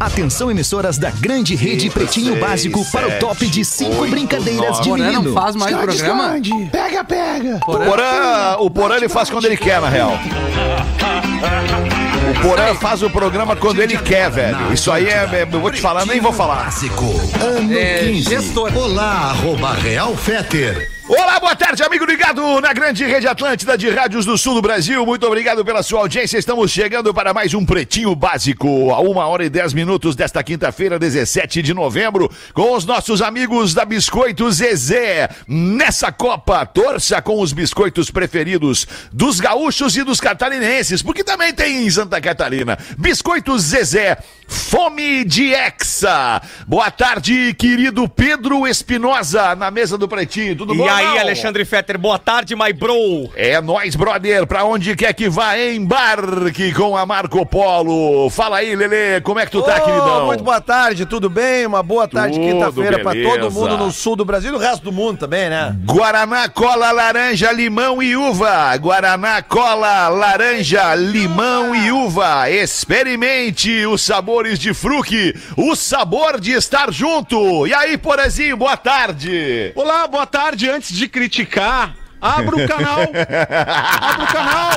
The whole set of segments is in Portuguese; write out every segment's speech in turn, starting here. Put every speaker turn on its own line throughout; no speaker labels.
Atenção, emissoras da grande rede
Cinco,
Pretinho
seis,
Básico para o
sete,
top de cinco
oito,
brincadeiras
nove.
de
Porã
menino.
não faz mais programa?
Pega, pega.
O Porã, o Porã ele faz quando ele quer, na real. O Porã faz o programa quando ele quer, velho. Isso aí é. é- Eu vou te falar, nem vou falar.
Básico, ano
É,
15.
gestor.
Olá, arroba Real Feter.
Olá, boa tarde, amigo ligado na grande rede Atlântida de rádios do sul do Brasil. Muito obrigado pela sua audiência. Estamos chegando para mais um Pretinho Básico, a uma hora e dez minutos desta quinta-feira, 17 de novembro, com os nossos amigos da Biscoito Zezé. Nessa Copa, torça com os biscoitos preferidos dos gaúchos e dos catarinenses, porque também tem em Santa Catarina. Biscoito Zezé, fome de hexa. Boa tarde, querido Pedro Espinosa, na mesa do Pretinho. Tudo bom?
E aí,
não?
Alexandre Fetter, boa tarde, my bro.
É nóis, brother, pra onde quer que vá, embarque com a Marco Polo. Fala aí, Lelê, como é que tu tá,
Ô,
queridão?
Muito boa tarde, tudo bem? Uma boa tarde,
Tudo,
quinta-feira, pra
beleza.
todo mundo no sul do Brasil e o resto do mundo também, né?
Guaraná, cola, laranja, limão e uva. Guaraná, cola, laranja, limão e uva. Experimente os sabores de fruque, o sabor de estar junto. E aí, Porazinho, boa tarde.
Olá, boa tarde. Antes de criticar, abra o canal. Abra o canal.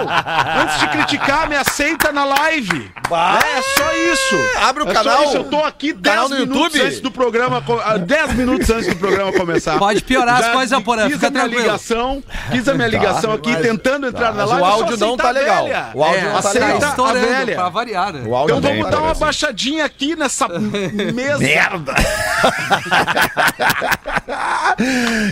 Antes de criticar, me aceita na live. É, é só isso.
Abre o
É só
canal.
isso. Eu tô aqui 10
Canal no
minutos
YouTube.
antes do programa. co- ah, 10 minutos antes do programa começar.
Pode piorar as coisas, Porã,
Fiz
fica
a minha
tranquilo.
ligação. Fiz a minha ligação aqui, tentando entrar
Tá,
na
Mas
live.
o
é só
áudio não
aceitar
tá
a
legal.
velha.
O áudio não tá
aceita
legal.
Tá
a
estourando,
velha.
pra variar, né?
O áudio
Então
não
vamos
tá
dar
legal.
uma baixadinha aqui nessa mesa.
Merda!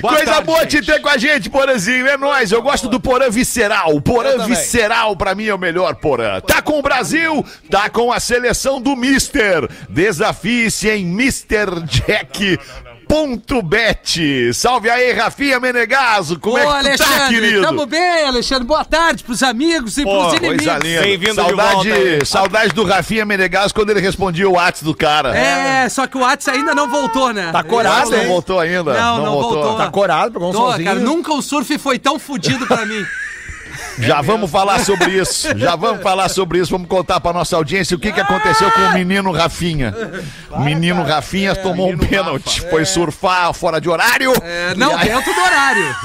Coisa
tarde,
boa te ter com a gente, Porãzinho. É nóis. Eu gosto do Porã Visceral. O
Eu
Porã
também.
Visceral, pra mim, é o melhor Porã. Tá com o Brasil, tá com a seleção do Mister. Desafie-se em Mister Jack. Ponto Bet. Salve aí, Rafinha Menegaso. Como
Ô,
é que tu tá,
Alexandre,
querido?
tamo bem, Alexandre. Boa tarde pros amigos e
Pô,
pros
coisa
inimigos.
linda.
Bem-vindo de
saudade,
volta.
saudade do Rafinha Menegaso quando ele respondia o WhatsApp do cara.
É, só que o Whats ainda não voltou, né?
Tá corado,
não
hein?
voltou ainda.
Não, não voltou.
Tá corado, pegou um
Tô,
solzinho.
cara, nunca o surf foi tão fudido pra mim.
É
Já vamos falar sobre isso. Já vamos falar sobre isso. Vamos contar pra nossa audiência o que, que aconteceu com o menino Rafinha. O menino Rafinha
É,
tomou um pênalti. Foi surfar fora de horário.
É, não,
E aí-
dentro do horário.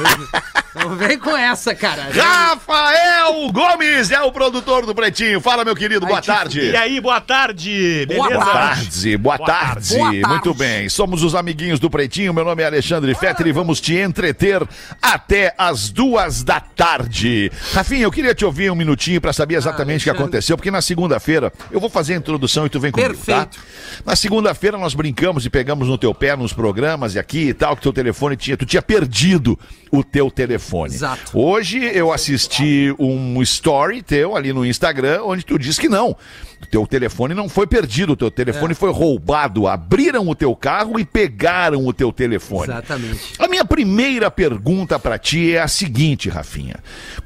Não vem com essa, cara.
Rafael Gomes é o produtor do Pretinho. Fala, meu querido, boa tarde.
E aí, boa tarde.
Boa
Beleza?
Boa tarde, boa tarde.
Boa tarde.
Muito bem, somos os amiguinhos do Pretinho. Meu nome é Alexandre Fetter e vamos te entreter até as duas da tarde. Rafinha, eu queria te ouvir um minutinho para saber exatamente o que
Alexandre.
aconteceu, porque na segunda-feira eu vou fazer a introdução e tu vem comigo, tá?
Perfeito.
Na segunda-feira nós brincamos e pegamos no teu pé nos programas e aqui e tal, que teu telefone tinha, tu tinha perdido o teu telefone.
Exato.
Hoje eu assisti um story teu ali no Instagram, onde tu diz que não. O teu telefone não foi perdido, o teu
É.
telefone foi roubado. Abriram o teu carro e pegaram o teu telefone.
Exatamente.
A minha primeira pergunta pra ti é a seguinte, Rafinha.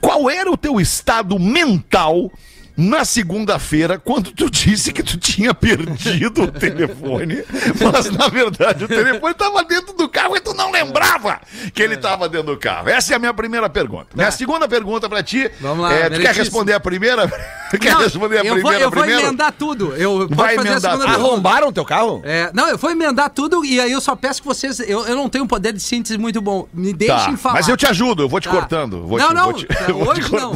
Qual era o teu estado mental na segunda-feira quando tu disse que tu tinha perdido o telefone, mas na verdade o telefone estava dentro do carro e tu não lembrava que ele estava dentro do carro? Essa é a minha primeira pergunta. Minha segunda pergunta pra ti,
Tá. Vamos lá,
é, tu quer
meritíssimo.
responder a primeira? Tu quer
Não,
responder a
eu
primeira
vou, eu vou
primeiro?
emendar tudo. Eu posso
Vai
fazer
emendar
a segunda
tudo.
pergunta.
Arrombaram teu carro?
É, não, eu vou emendar tudo e aí eu só peço que vocês. Eu, eu não tenho um poder de síntese muito bom. Me
Tá,
deixem falar.
mas eu te ajudo, eu vou te
Tá.
cortando. Vou
Não,
te,
não,
vou te-
tá,
vou te
hoje não.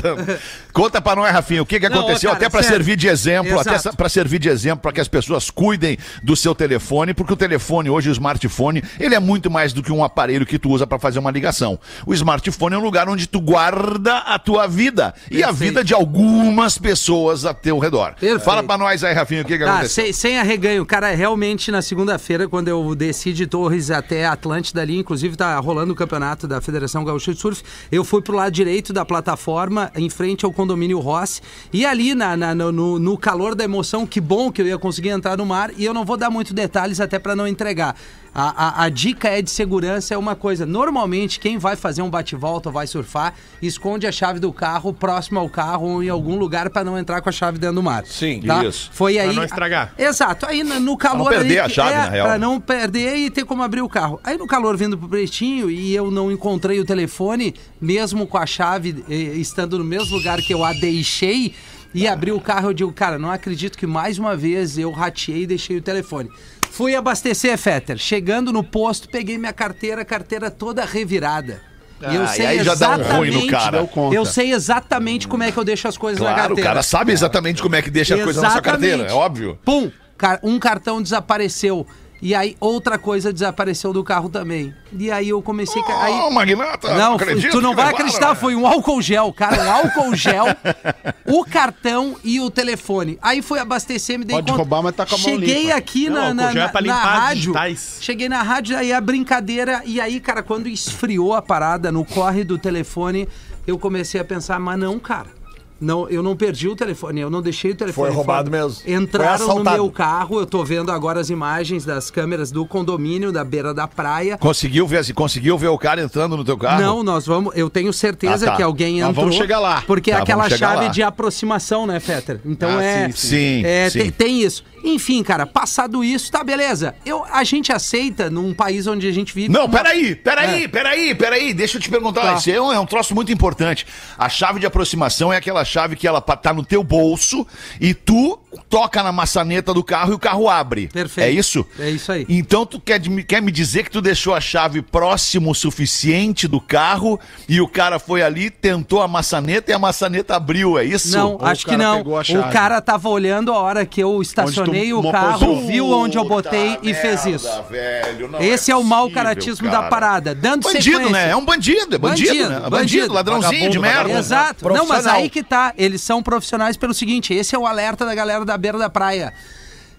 Conta pra nós, Rafinha, o que, que
Não,
aconteceu,
ó, cara,
até pra
sério.
servir de exemplo, até
Exato.
para servir de exemplo, pra que as pessoas cuidem do seu telefone, porque o telefone hoje, o smartphone, ele é muito mais do que um aparelho que tu usa pra fazer uma ligação. O smartphone é um lugar onde tu guarda a tua vida e a
Perfeito.
vida de algumas pessoas a teu redor.
Perfeito.
Fala pra nós aí, Rafinha, o que, que
Tá,
aconteceu.
sem, sem arreganho. Cara, realmente na segunda-feira, quando eu desci de Torres até Atlântida ali, inclusive tá rolando o campeonato da Federação Gaúcha de Surf, eu fui pro lado direito da plataforma, em frente ao condomínio Rossi, e ali na, na- no, no- no calor da emoção, que bom que eu ia conseguir entrar no mar, e eu não vou dar muito detalhes até pra não entregar. A, a- a dica é de segurança, é uma coisa. Normalmente, quem vai fazer um bate-volta, vai surfar, esconde a chave do carro próximo ao carro ou em algum lugar pra não entrar com a chave dentro do mar.
Sim,
tá?
isso.
Foi aí.
não estragar.
Exato. Aí na- no calor.
perder
ali,
a chave, na real.
Pra não perder e ter como abrir o carro. Aí no calor vindo pro pretinho e eu não encontrei o telefone, mesmo com a chave eh, estando no mesmo lugar que eu a deixei.
Ah.
e abri o carro. Eu digo, cara, não acredito que mais uma vez eu rateei e deixei o telefone. Fui abastecer, Fetter. Chegando no posto, peguei minha carteira, carteira toda revirada. E eu
Ah, e
sei
aí já dá um ruim no
exatamente-
cara.
Deu conta.
Eu sei exatamente como é que eu deixo as coisas na
Claro, o
carteira.
cara sabe exatamente como é que deixa a coisa na sua carteira, é óbvio.
Pum, ca- um cartão desapareceu. E aí outra coisa desapareceu do carro também. E aí eu comecei. ca- aí-
Ó, magnata,
não,
acredito
tu não
que
vai
levaram,
acreditar,
né?
foi um álcool gel, cara, um álcool gel, o cartão e o telefone. Aí fui abastecer, me dei
Pode
conta.
roubar, mas tá com a mão
Cheguei
limpa.
aqui
Não,
na,
álcool
na,
gel é
na-
pra
na
limpar
rádio,
digitais.
cheguei na rádio, aí a brincadeira, e aí, cara, quando esfriou a parada no corre do telefone, eu comecei a pensar, mas não, cara, não, eu não perdi o telefone, eu não deixei o telefone.
Foi roubado
fora.
mesmo. Foi
Entraram no
assaltado.
meu carro, eu tô vendo agora as imagens das câmeras do condomínio, da beira da praia,
Conseguiu ver, conseguiu ver o cara entrando no teu carro?
não, nós vamos. Eu tenho certeza
Ah, tá.
que alguém
Mas
entrou.
vamos chegar lá.
Porque é
Tá,
aquela
vamos chegar
chave
lá.
de aproximação, né, Fetter? Então
Ah,
é.
sim,
sim.
é,
Sim,
te-
sim.
Tem, isso. Enfim, cara, passado isso, tá beleza. Eu, a gente aceita num país onde a gente vive.
Não,
uma-
peraí, peraí, peraí, peraí, deixa eu te perguntar,
É. Tá.
isso é um, é um troço muito importante. A chave de aproximação é aquela chave que ela pa- tá no teu bolso e tu toca na maçaneta do carro e o carro abre.
Perfeito.
É isso?
É isso aí.
Então tu quer, de- quer me dizer que tu deixou a chave próximo o suficiente do carro e o cara foi ali, tentou a maçaneta e a maçaneta abriu, é isso?
Não,
o
acho que
cara
não.
pegou a chave.
O cara tava olhando a hora que eu estacionei o
mo-
carro,
posou.
viu onde eu botei e fez
merda,
isso.
velho, não
Esse é, o mau
possível,
caratismo da
cara.
parada. Dando
Bandido,
sequência.
né? É um bandido, é bandido,
Bandido,
né? Bandido,
bandido,
ladrãozinho de
vagabundo,
merda.
vagabundo.
Exato. Não,
Profissional.
mas aí que tá. Eles são profissionais pelo seguinte: esse é o alerta da galera da beira da praia.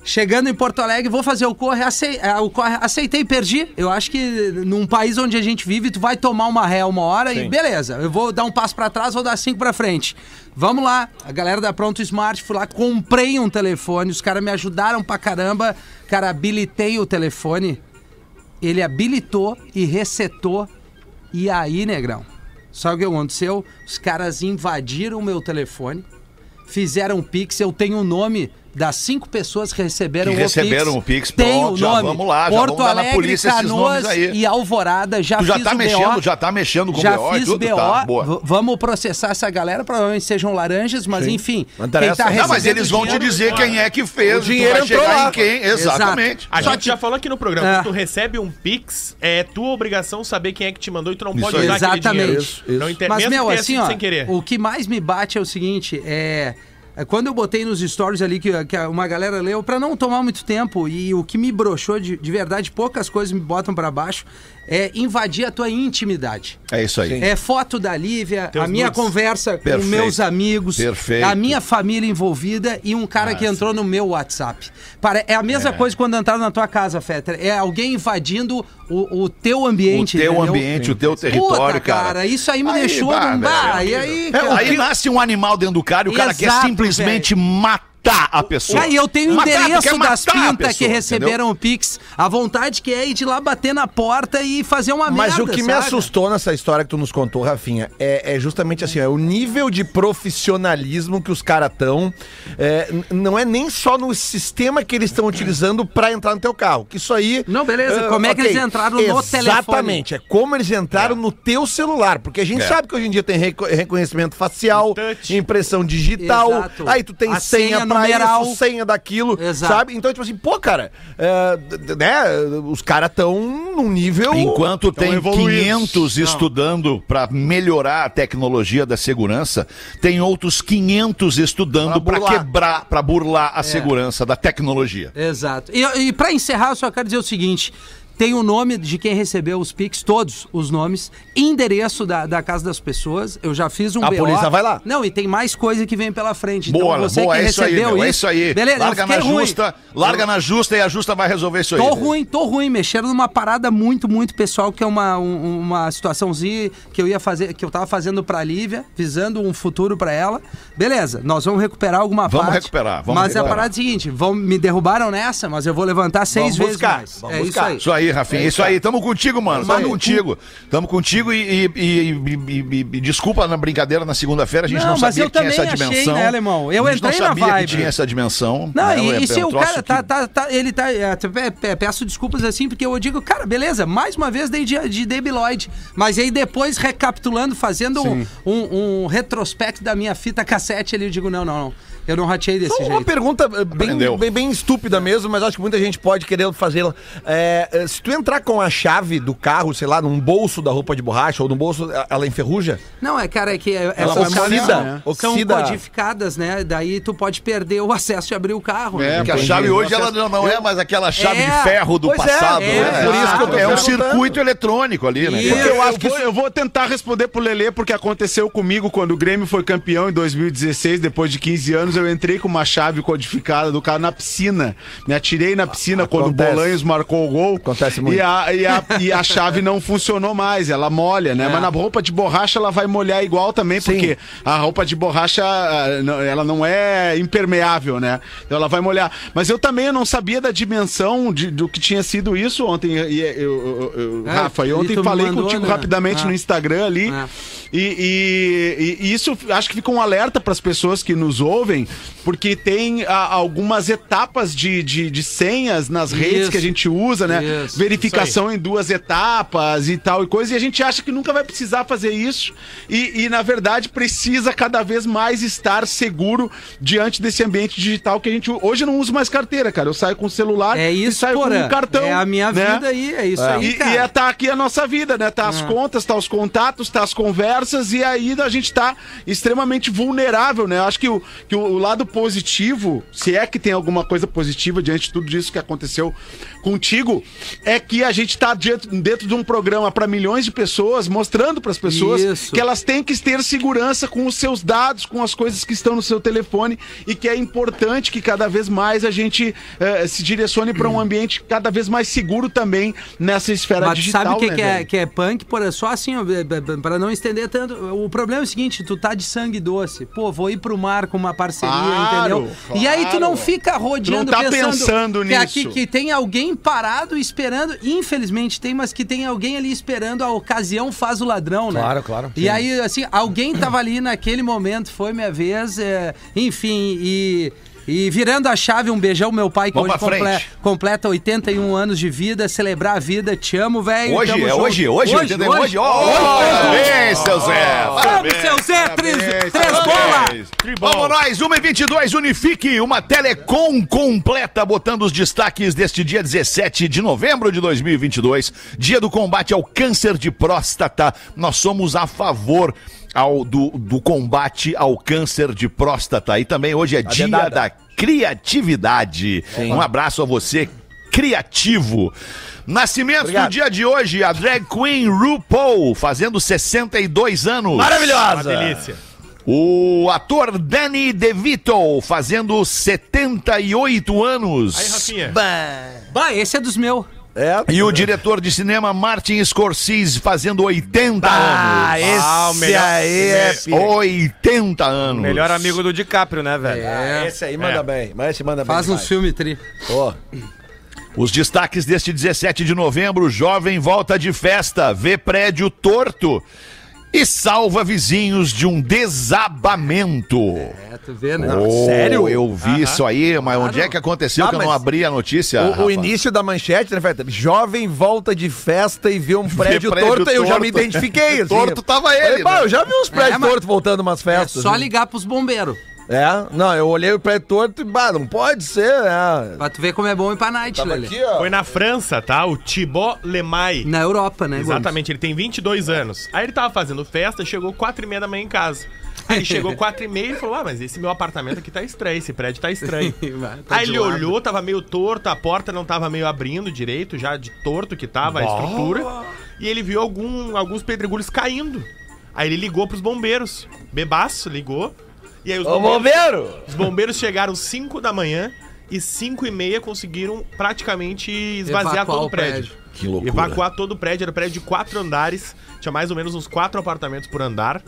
Chegando em Porto Alegre, vou fazer o corre, acei- eh, o corre- aceitei, perdi. Eu acho que num país onde a gente vive, tu vai tomar uma ré uma hora e beleza. Eu vou dar um passo pra trás, vou dar cinco pra frente. Vamos lá. A galera da Pronto Smart, fui lá, comprei um telefone, os caras me ajudaram pra caramba. Cara, habilitei o telefone ele habilitou e resetou. E aí, negrão, sabe o que aconteceu? Os caras invadiram o meu telefone, fizeram um pix, eu tenho o nome das cinco pessoas que receberam
Que
o
receberam o
pix.
Pix,
Tem
pronto,
o
já
nome.
vamos lá, já
Porto
vamos dar na
Alegre,
polícia esses
Canoas
nomes aí.
e Alvorada, já
Tu já
fiz
tá
o
mexendo,
BO,
já tá mexendo com o
já
BO e
fiz
tudo,
BO,
tá, boa.
v- vamos processar essa galera, provavelmente sejam laranjas, mas enfim. tá
Não interessa. Não,
Não, mas
recebendo
eles vão te
dinheiro-
dizer quem é que fez,
O dinheiro
tu vai
entrou
chegar
lá.
em quem, exatamente.
A
Só
gente
que-
já falou aqui no programa,
É.
que tu recebe um Pix, é tua obrigação saber quem é que te mandou e tu não
Isso
pode
aí.
usar aquele dinheiro.
Exatamente.
Não interessa,
Mas, meu,
tenha
assim,
sido
ó,
sem querer.
o que mais me bate é o seguinte, é... é Quando eu botei nos stories ali que, que uma galera leu, pra não tomar muito tempo, e o que me broxou de, de verdade, poucas coisas me botam pra baixo, é invadir a tua intimidade.
É isso aí.
É foto da Lívia,
Teus
a minha
nudes.
conversa
Perfeito.
com meus amigos,
Perfeito. Ah,
a minha família envolvida e um cara que entrou no meu WhatsApp. Para, é a mesma coisa quando entraram na tua casa, Fetter. É alguém invadindo o, o teu
O
ambiente.
teu
entendeu?
ambiente, o teu território,
Puta, Isso aí me deixou
bah,
num bar.
velho.
E aí,
É,
cara,
aí nasce um animal dentro do cara e o cara quer
Exato,
simplesmente matar a pessoa.
Cara, e eu tenho o
Matar, tu quer
endereço
matar
das
a
pintas
pessoa,
que
entendeu?
receberam o Pix. A vontade que é ir de lá bater na porta e fazer uma merda.
Mas o que me
sabe?
assustou nessa história que tu nos contou, Rafinha, é, é justamente assim, é o nível de profissionalismo que os caras estão. não é nem só no sistema que eles estão utilizando pra entrar no teu carro. Que isso aí.
Não, beleza,
eh,
como é que
ok.
eles entraram no telefone?
Exatamente, é como eles entraram no teu celular. Porque a gente
É.
sabe que hoje em dia tem reco- reconhecimento facial,
Touch.
impressão digital.
Exato.
Aí tu tem
A
senha,
senha
pra
numeral.
isso, senha daquilo,
Exato.
sabe? Então, tipo assim, pô, cara, eh, d- d- né? Os caras estão num nível.
Enquanto
Então
tem
evoluídos.
500 estudando para melhorar a tecnologia da segurança, tem outros 500 estudando
Pra
para
burlar.
quebrar, para burlar
É.
a segurança da tecnologia.
Exato. E, e para encerrar, eu só quero dizer o seguinte: tem o nome de quem recebeu os Pix, todos os nomes, endereço da, da casa das pessoas. Eu já fiz um
A
BO.
polícia vai lá.
Não, e tem mais coisa que vem pela frente.
Boa,
então você
boa,
que
é isso aí,
recebeu
meu, é isso aí.
Beleza,
larga
eu fiquei
na
ruim.
justa, larga na justa e a justa vai resolver isso aí.
Tô ruim, tô ruim. Mexeram numa parada muito, muito pessoal, que é uma, um- uma situaçãozinha que eu ia fazer, que eu tava fazendo pra Lívia, visando um futuro pra ela. Beleza, nós vamos recuperar alguma
Vamos
parte.
recuperar, vamos
Mas
recuperar.
a parada é a seguinte: vão, me derrubaram nessa, mas eu vou levantar seis
Vamos
vezes
buscar,
mais.
vamos
é
buscar.
isso aí.
Isso aí, aí, Rafinha. É isso aí, tamo contigo, mano. Tamo contigo. Tamo contigo e, e- e- e- e- e desculpa na brincadeira na segunda-feira, a gente não,
Não, mas
sabia que
eu
tinha
também
essa
achei,
dimensão.
né, alemão? Eu
a gente não
entrei na
sabia
vibe.
que tinha essa dimensão.
Não,
né?
e,
É-
e
é
se
um
o
troço
cara
que-
tá, tá, tá- ele tá, é, te- pe- pe- peço desculpas assim, porque eu digo, cara, beleza, mais uma vez dei de, de Debi Lloyd, mas aí depois recapitulando, fazendo um, um, um retrospecto da minha fita cassete ali, eu digo, não, não, não, eu não rateei desse
Uma
jeito.
pergunta eh, bem,
Aprendeu.
bem, bem estúpida mesmo, mas acho que muita gente pode querer fazê-la. É, eh, se tu entrar com a chave do carro, sei lá, num bolso da roupa de borracha ou num bolso, eh, ela enferruja?
Não, é, cara, é que é-
Ela
essas
oxida,
coisas
né?
são, são
Oxida.
codificadas, né, daí tu pode perder o acesso de abrir o carro. né?
É, porque a chave hoje ela não não é mais aquela chave
É.
de ferro do
Pois é,
passado.
é,
né?
por isso que eu tô
É um
perguntando.
circuito eletrônico ali, né?
Isso.
cara?
Eu, acho que vou, eu vou tentar responder pro Lelê, porque aconteceu comigo quando o Grêmio foi campeão em 2016, depois de 15 anos, eu entrei com uma chave codificada do carro na piscina. Me atirei na piscina
Ah,
quando o
acontece.
Bolanhos marcou o gol.
Acontece muito.
E a, e a- e a chave não funcionou mais, ela molha,
É.
né? Mas na roupa de borracha ela vai molhar igual também, porque a roupa de borracha ah, não- ela não é impermeável, né? Então ela vai molhar. Mas eu também não sabia da dimensão de- do que tinha sido isso ontem. e- e- eu- eu- eu-
É,
Rafa, eu
o
ontem
Felipe
falei
mandou,
contigo
né?
rapidamente
Ah.
no Instagram ali.
Ah.
E, e- e isso acho que fica um alerta para as pessoas que nos ouvem, porque tem ah, algumas etapas de, de, de senhas nas redes
Isso.
que a gente usa, né?
Isso.
Verificação em duas etapas e tal e coisa. E a gente acha que nunca vai precisar fazer isso. E, e, na verdade, precisa cada vez mais estar seguro diante desse ambiente digital que a gente. Hoje eu não uso mais carteira, cara. Eu saio com o celular
É
e
isso,
saio com
porra,
um cartão.
é a minha
né?
vida aí, é isso aí,
E,
cara.
e é, tá aqui a nossa vida, né? Tá as contas, tá os contatos, tá as conversas, e aí a gente tá extremamente vulnerável, né? Eu Acho que o, que o, o lado positivo, se é que tem alguma coisa positiva diante de tudo isso que aconteceu contigo, é que a gente tá diante- dentro de um programa pra milhões de pessoas, mostrando pras pessoas
Isso.
que elas têm que ter segurança com os seus dados, com as coisas que estão no seu telefone, e que é importante que cada vez mais a gente eh, se direcione para um ambiente cada vez mais seguro também nessa esfera
Mas tu
digital.
sabe o que,
né,
que, é,
velho?
que é punk? Por, é só assim, ó, b- b- pra não estender tanto. O problema é o seguinte: tu tá de sangue doce. Pô, vou ir pro mar com uma parceria,
Claro,
entendeu? E aí tu não fica rodeando
Tu não tá pensando
que aqui-
nisso.
que tem alguém parado esperando. Infelizmente tem, mas que tem alguém ali esperando. A ocasião faz o ladrão, né?
Claro, claro.
E aí, assim, alguém tava ali naquele momento, foi minha vez. é, enfim, e. E virando a chave, um beijão, meu pai, que
Vamos
hoje
pra
comple-
frente.
completa 81 anos de vida, celebrar a vida, te amo, velho.
Hoje,
Tamo
é
junto.
hoje, hoje, hoje, hoje, hoje, ó, parabéns, seu Zé.
Vamos, seu Zé, três, três bolas.
Vamos nós, 1 e 22, Unifique, uma telecom completa, botando os destaques deste dia 17 de novembro de 2022, dia do combate ao câncer de próstata. Nós somos a favor ao, do, do combate ao câncer de próstata. E também hoje é dia
dedada.
da criatividade. Um abraço a você, criativo. Nascimento do
Obrigado.
dia de hoje, a drag queen RuPaul, fazendo 62 anos.
Maravilhosa!
Delícia.
O ator Danny DeVito, fazendo 78 anos.
Aí, Rafinha.
Bah, esse é dos meus.
É.
e o diretor de cinema Martin Scorsese, fazendo 80
Ah,
anos.
esse
Ah, o melhor-
aí é...
esse-
pica.
80 anos.
Melhor amigo do DiCaprio, né, velho?
Ah, Esse aí manda
É.
bem, mas esse manda
Faz um
bem.
uns filmes tri.
Ó.
Os destaques deste 17 de novembro: jovem volta de festa, vê prédio torto e salva vizinhos de um desabamento.
É, tu vê, né?
Oh,
sério?
Eu vi isso aí, mas onde é que aconteceu
Ah,
que eu não
mas
abri a notícia?
O- O,
Rafa?
início da manchete, né, Feta? Jovem volta de festa e vê um prédio,
prédio
torto, eu já me
torto.
identifiquei. assim.
Torto tava
Falei,
ele,
"Pá,
né?"
Eu já vi uns prédios
É, mas-
tortos voltando umas
É
festas.
só
né?
ligar pros bombeiros.
É, não, eu olhei o prédio torto e, bah, não pode ser, né?
Pra tu ver como é bom ir pra night,
Tava
Lelê.
aqui, ó.
Foi na França, tá? O Thibaut Lemay.
Na Europa, né? Gomes?
Exatamente, ele tem 22 anos. Aí ele tava fazendo festa, chegou 4 e meia da manhã em casa. Aí ele chegou 4 e meia e falou, ah, mas esse meu apartamento aqui tá estranho, esse prédio tá estranho.
Vai, tá
Aí
de
ele
lado.
olhou, tava meio torto, a porta não tava meio abrindo direito, já de torto que tava a estrutura. E ele viu algum- alguns pedregulhos caindo. Aí ele ligou pros bombeiros. Bebaço, ligou. E aí os
Ô,
bombeiros,
bombeiro!
os bombeiros chegaram 5 da manhã e 5 e meia conseguiram praticamente esvaziar
Evacuar
todo
o
o prédio.
prédio.
Que loucura.
Evacuar todo o prédio, era um prédio de quatro andares, tinha mais ou menos uns quatro apartamentos por andar.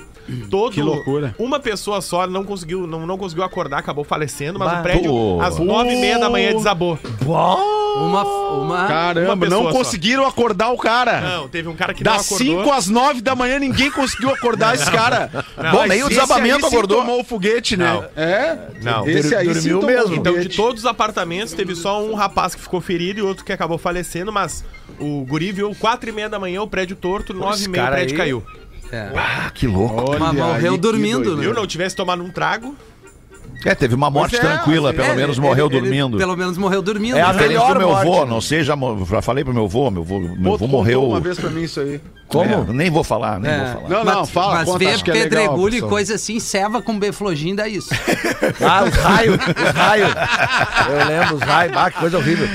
Todo,
que loucura.
Uma pessoa só não conseguiu, não, não conseguiu acordar, acabou falecendo, mas
Bah.
o prédio
Pô.
às nove e meia da manhã desabou.
Uma. uma...
Caramba,
uma
não
pessoa só.
conseguiram acordar o cara.
Não, teve um cara que não
Das
acordou.
5 às 9 da manhã, ninguém conseguiu acordar esse cara.
Não,
Bom,
mas
nem o
esse
desabamento
aí sim
acordou. tomou o foguete, né?
Não.
É?
Não.
Esse aí
Dormiu
sim tomou
mesmo.
o
Então, de
foguete.
todos os apartamentos, teve só um rapaz que ficou ferido e outro que acabou falecendo, mas o guri viu 4 e meia da manhã o prédio torto, 9 e meia o
cara
prédio
aí-
caiu.
Que louco.
Olha
Mas morreu
aí, que
dormindo,
doideira.
né?
Viu? Não tivesse tomado um trago.
É, teve uma morte
Pois é,
tranquila,
é,
pelo
É,
menos
ele-
morreu
ele-
dormindo.
Pelo menos morreu dormindo.
É a
né?
Diferente
melhor
do meu
morte,
avô,
né?
não seja. mo- Já falei pro meu avô, meu avô, meu
Outro
avô
contou
morreu.
uma vez pra mim isso aí.
Como? nem vou falar, nem vou falar.
Não, não, fala,
É. Mas
conta,
ver
acho que é legal,
pedregulho e
pessoal.
coisa assim, ceva com beflogin dá isso.
Ah, os raios, os raios. Eu lembro, os raios. Ah, que coisa horrível.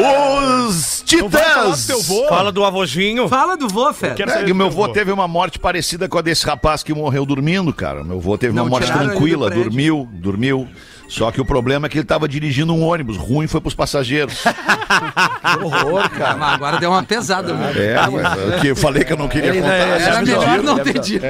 Os Titãs!
Fala do avôzinho.
Fala do vô, Fé.
Quero
É,
saber
que
do
meu
teu
avô teve uma morte parecida com a desse rapaz que morreu dormindo, cara. Meu avô teve
Não
uma morte
tiraram ele do
tranquila,
prédio.
dormiu, dormiu. Só que o problema é que ele tava dirigindo um ônibus. Ruim foi pros passageiros.
Que horror,
Ah,
cara.
mas agora deu uma pesada, meu.
É, mas, que eu falei que eu não queria
Ele não
contar. né?
é-
Era
avisou,
melhor não
ele
ter
avisou.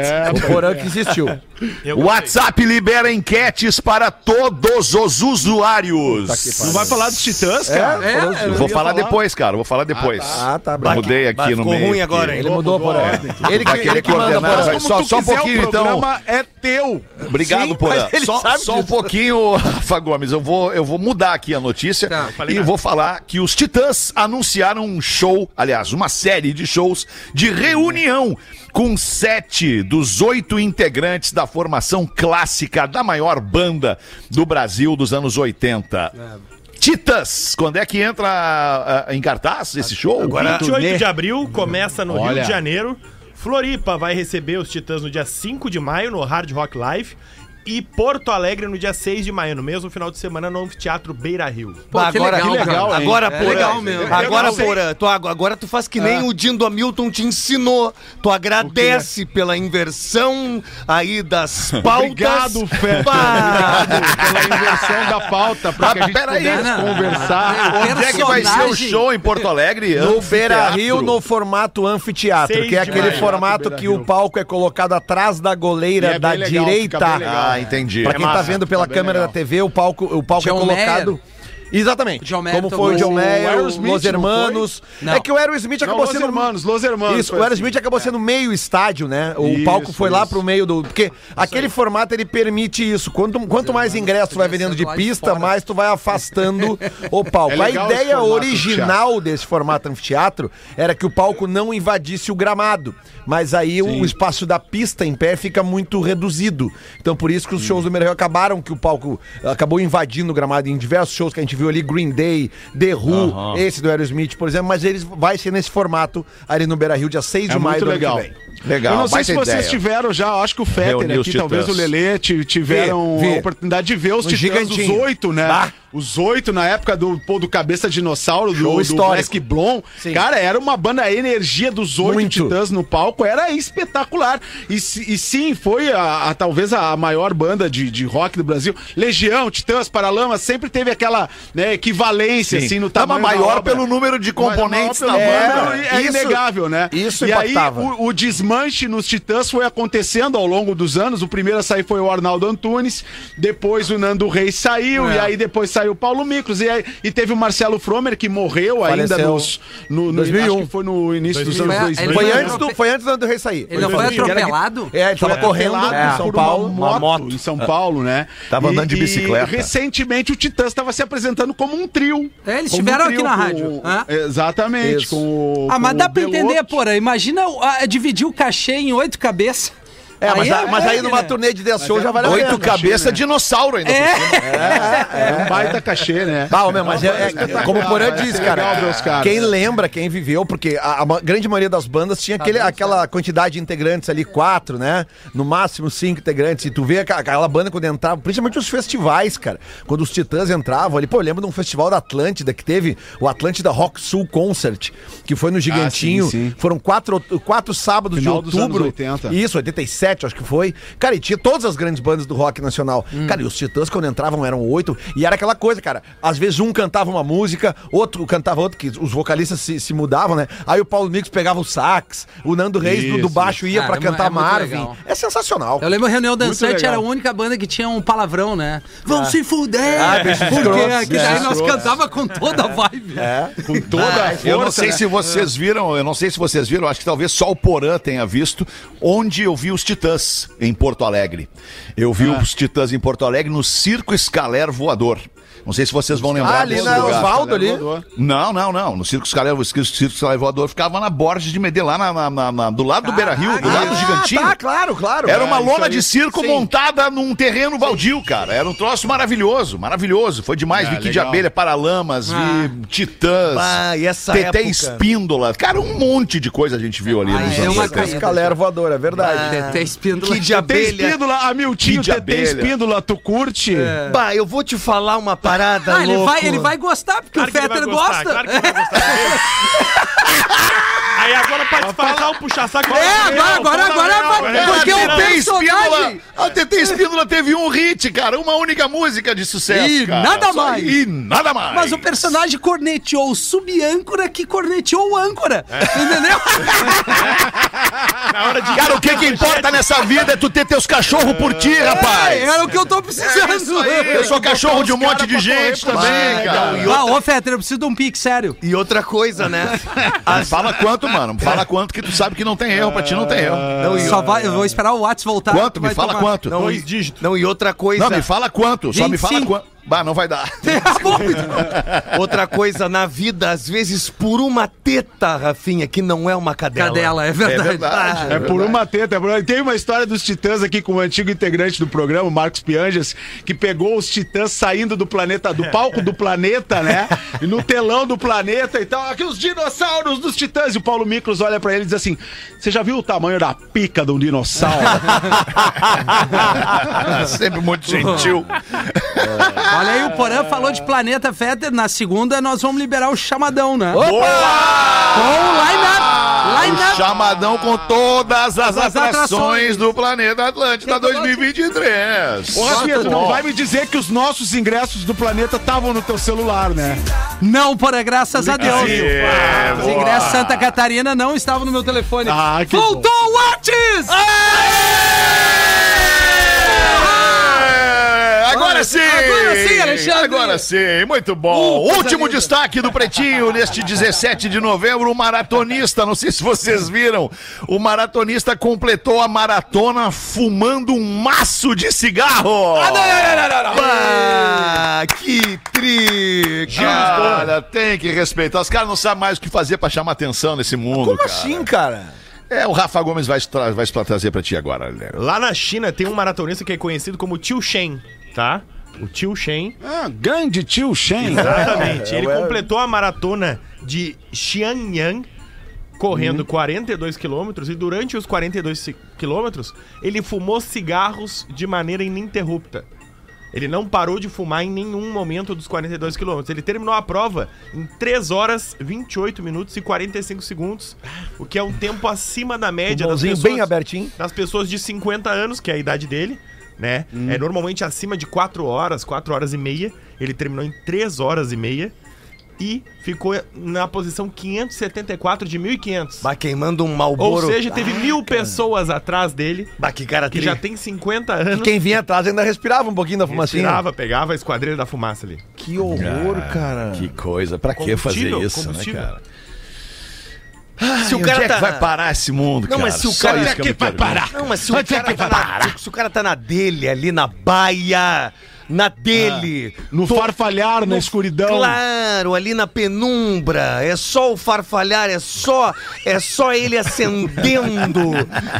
dito.
O porão que
É?
É? existiu.
Eu
WhatsApp libera enquetes para todos os usuários.
Não vai falar dos Titãs,
É,
cara?
porão-
é,
Vou falar depois, cara. Vou falar depois.
Ah, tá,
Eu
brabo.
Mudei aqui no
ficou
meio.
ruim agora,
aqui.
hein?
Ele mudou, porão. Ele que,
Vai querer
ele que manda,
coordenar,
porão.
vai. Só- só um pouquinho, então.
O programa é teu.
Obrigado,
Sim,
Porã.
mas ele
Só,
sabe
só um
disso.
pouquinho, Rafa Gomes. Eu vou, eu vou mudar aqui a notícia
Tá,
falei
e
nada.
vou falar que os Titãs anunciaram um show, aliás, uma série de shows de reunião com sete dos oito integrantes da formação clássica da maior banda do Brasil dos anos 80.
É.
Titãs, quando é que entra ah, em cartaz esse show?
Agora, 28
turnê.
de abril, começa no
Olha.
Rio de Janeiro. Floripa vai receber os Titãs no dia 5 de maio, no Hard Rock Live. E Porto Alegre no dia 6 de maio, no mesmo final de semana, no Anfiteatro Beira Rio.
Pô, que
Agora-
legal,
que
cara.
legal, hein?
Agora,
É
Porã.
legal mesmo. É.
Agora,
Eu sei.
Porã, tu, ag- agora tu faz que nem o Dindo Hamilton te ensinou. Tu agradece pela inversão aí das pautas.
Obrigado, Fé.
Pá.
Obrigado pela inversão da pauta tá pra que a
Ah,
gente
peraí.
pudesse
Não, não, não.
conversar.
Não,
Onde é que vai ser o
personagem.
show em Porto Alegre?
No
Anfiteatro.
Beira Rio, no formato anfiteatro,
Seis
que é
de
aquele
maio.
formato que o palco é colocado atrás da goleira
E é
da
bem legal,
direita.
fica bem legal.
Ah, entendi.
Pra quem tá vendo pela
tá bem
câmera
legal.
da TV, o palco, o palco é
É John
colocado.
Mayer.
Exatamente.
John Mayer
Como foi o
tomou
John
o
Mayer, os
Aerosmith,
Los
não
Hermanos.
foi?
É que o Aerosmith
Não,
acabou
Los
sendo.
Hermanos, Los Hermanos.
Isso, o
foi assim. É.
assim.
Aerosmith acabou sendo meio estádio, né? O
Isso,
palco foi lá
isso.
pro meio do. Porque aquele formato ele permite isso. Quanto, quanto mais ingresso tu vai vendendo de
lá de
pista,
fora.
mais tu vai afastando o palco.
É
a
legal né? esse
ideia
formato
original desse formato anfiteatro era que o palco não invadisse o gramado. Mas aí o espaço da pista em pé fica muito reduzido. Então por isso que os shows do Merreio acabaram, que o palco eh, acabou invadindo o gramado em diversos shows que a gente viu ali, Green Day, The Who, esse do Aerosmith, por exemplo, mas eles vai ser nesse formato ali no Beira Rio, dia 6
É
de maio
muito
do
legal.
ano que vem.
Legal,
Eu não sei
baita
se vocês
ideia.
tiveram já, eu acho que o Fetter
Reunir os
aqui, talvez o
Titãs.
Lê ti- tiveram
Vi, vi.
a oportunidade de ver os
No
titãs, os
Gigantinho.
oito, né?
Bah.
Os oito na época do, pô, do Cabeça Dinossauro, do,
Show
do
histórico.
Black Blom.
Sim.
Cara, era uma banda, a energia dos oito
Muito.
titãs no palco era espetacular. E, se- e sim, foi a, a- talvez a maior banda de, de rock do Brasil. Legião, Titãs, Paralamas, sempre teve aquela né, equivalência, assim, no
Tava
tamanho da
maior
obra.
pelo número de componentes da
Maior pelo
banda.
número,
banda.
É
Isso-
inegável, né?
isso
e aí,
impactava.
o, o desmanche nos Titãs foi acontecendo ao longo dos anos. O primeiro a sair foi o Arnaldo Antunes, depois o Nando Reis saiu,
É.
e aí depois saiu o Paulo Micros, e, aí- e teve o Marcelo Fromer, que morreu ainda
Faleceu.
nos. No, no,
2001.
Acho que foi no início dos anos É.
Foi-
2000.
Foi
Ele
antes,
não-
do, foi antes do André Rei sair.
Ele não foi atropelado?
É, ele tava correndo
atropelado
em
por
São
uma
Paulo.
moto, em São Paulo, né?
Tava andando de bicicleta.
E recentemente o Titãs estava se apresentando como um trio.
É, eles
Como
estiveram
um
aqui na
com-
rádio, hã?
Exatamente.
Isso.
Com,
Ah, mas
com
dá
o
pra entender,
Beloto.
porra. Imagina o- a- dividir o cachê em oito cabeças.
É, mas, a- mas aí
é,
numa
né?
turnê de 10 shows já vale a pena.
Oito cabeça
né?
dinossauro ainda. por cima.
É um baita cachê, né?
Ah, meu, mas é,
Então,
é- como o Porã disse, cara,
legal ver os caras.
quem lembra, quem viveu, porque a, a ma- grande maioria das bandas tinha aquele, aquela quantidade de integrantes ali, quatro, né? No máximo cinco integrantes. E tu vê aquela, aquela banda quando entrava, principalmente os festivais, cara. Quando os Titãs entravam ali, pô, eu lembro de um festival da Atlântida que teve o Atlântida Rock Sul Concert, que foi no Gigantinho.
Ah, sim, sim.
Foram quatro, quatro sábados
Final
de
dos anos
outubro.
80.
Isso, 87, 97, acho que foi. Cara, e tinha todas as grandes bandas do rock nacional. Cara, e os Titãs, quando entravam, eram oito. E era aquela coisa, cara. Às vezes um cantava uma música, outro cantava outra, que os vocalistas se, se mudavam, né? Aí o Paulo Mix pegava o sax, o Nando Reis do, do baixo ia
Cara,
pra
é mu-
cantar
é muito
Marvin.
legal.
É sensacional.
Eu lembro que a Reunião Dançante
legal.
era a única banda que tinha um palavrão, né? Vão se fuder!
Ah, bichos
Por quê?
escrotos,
Que daí nós cantava com toda a vibe.
Com toda a Eu não sei se vocês viram, eu não sei se vocês viram, acho que talvez só o Porã tenha visto, onde eu vi os Titãs em Porto Alegre. Eu vi os Titãs em Porto Alegre no Circo Escaler Voador. Não sei se vocês vão lembrar
Ah, ali
desse
na
lugar.
Osvaldo
né?
ali.
Não, não, não. No Circo Escaler, o Circo Circo Escaler Voador ficava na Borges de Medellín, lá na- na- na- na- do lado do Beira Rio, do lado do Gigantinho.
Ah, tá, claro, claro.
Era uma
Ah,
lona
isso
de
aí.
circo
Sim.
montada num terreno baldio, cara. Era um troço maravilhoso, maravilhoso. Foi demais. vi Kid de Abelha, Paralamas, vi Titãs,
Ah, e
tá,
essa
é
Teté
época?
Espíndola. Cara, um monte de coisa a gente viu ali.
Ah,
nos
é
anos
uma
80.
caída.
Escalera voadora, é verdade.
Até espíndola.
Que de
Tem
abelha.
espíndola,
Ah,
Amiltinho,
Que de
Tetê
abelha.
Espíndola, tu curte?
Bah, eu vou te falar uma parada,
Tá
Ah, ele
louco.
vai, ele vai gostar, porque
Claro
o
que ele vai
Fetter
gostar,
gosta.
Claro que ele vai gostar. Aí agora pra disfarçar o puxa-saco.
É, agora, agora, agora vai.
é
Porque o
um
Teté É,
personagem.
Espíndola, a Teté Espíndola teve um hit, cara. Uma única música de sucesso.
E
cara. Só-
nada mais.
E nada mais.
Mas o personagem corneteou o subâncora que corneteou o âncora.
É.
Entendeu?
Na hora de
Cara, o que, que importa nessa vida é tu ter teus cachorros por ti,
É,
rapaz.
era o que eu tô
É
precisando.
Eu sou cachorro de um monte de gente também, cara.
Ah, ô Fetter, eu preciso de um pique, sério.
E outra coisa, né? As-
Fala quanto, mano. Fala quanto que tu sabe que não tem erro. Pra ti não tem erro.
Só vai, eu vou esperar o Whats voltar.
Quanto?
tu
Me
vai
fala
tomar.
quanto. Não,
não,
Dois
e-
dígitos.
Não, e outra coisa.
me fala quanto. Só me fala
25.
quanto. Bah, não vai dar.
Tá bom, então.
Outra coisa na vida, às vezes por uma teta, Rafinha, que não é uma cadela.
Cadela, é
É
verdade.
verdade.
É por uma teta. é por- Tem uma história dos Titãs aqui com o antigo integrante do programa, o Marcos Pianjas, que pegou os Titãs saindo do planeta, do palco do planeta, né? E no telão do planeta e tal. Aqui os dinossauros dos Titãs. E o Paulo Micros olha pra ele e diz assim: Você já viu o tamanho da pica de um dinossauro?
Tá, Sempre muito gentil.
Olha aí, o Porã falou de Planeta Fetter. Na segunda, nós vamos liberar o chamadão, né? Com o line-up. Line-up.
Chamadão com todas as
As
atrações
atrações.
do Planeta Atlântida
assim.
2023.
Ô, Rafinha, tu não
Bom.
vai me dizer que os nossos ingressos do planeta estavam no teu celular, né?
Não, Porã, graças a Deus.
É,
Os ingressos Santa Catarina não estavam no meu telefone.
Ah, que
Voltou o Whats!
Ah, É, Agora
Olha,
sim!
agora sim, Alexandre.
Agora sim, muito bom.
Uh, coisa
Último
linda.
destaque do Pretinho neste 17 de novembro, o maratonista, não sei se vocês viram, o maratonista completou a maratona fumando um maço de cigarro.
Ah, que tri.
Cara, tem que respeitar. Os caras não sabem mais o que fazer pra chamar atenção nesse mundo,
Como
cara.
assim, cara?
É, o Rafa Gomes vai, tra- vai trazer pra ti agora, né?
Lá na China tem um maratonista que é conhecido como Tio Shen, tá? O Tio Shen.
Ah, grande
tipo.
tio Shen.
Exatamente. Ele completou a maratona de Xianyang correndo 42 quilômetros e durante os 42 ci- quilômetros ele fumou cigarros de maneira ininterrupta. Ele não parou de fumar em nenhum momento dos 42 quilômetros. Ele terminou a prova em 3 horas, 28 minutos e 45 segundos, o que é um tempo acima da média das
Mãozinho
pessoas
Um bem abertinho.
das pessoas de 50 anos, que é a idade dele, né?
Uhum.
É normalmente acima de 4 horas, 4 horas e meia. Ele terminou em 3 horas e meia e ficou na posição 574 de 1.500.
Bah, queimando um
Ou
malboro.
seja, teve mil pessoas atrás dele,
Bah, que cara
que
tri.
já tem 50 anos.
Quem vinha atrás ainda respirava um pouquinho da
assim?
fumacinha.
Tirava, pegava a esquadrilha da fumaça ali.
Que horror, cara.
Que coisa, pra que fazer
Combustível,
isso, né,
combustível.
cara?
Se o
Onde
cara
é
tá-
que vai parar esse mundo, cara?
Não,
tá
mas se o
Só
cara
isso que eu me pergunto.
Não, mas se o cara, tá na, se o cara tá na dele, ali na baia, na dele,
No farfalhar, na
No-
escuridão.
Claro, ali na penumbra, é só o farfalhar, é só é só ele acendendo.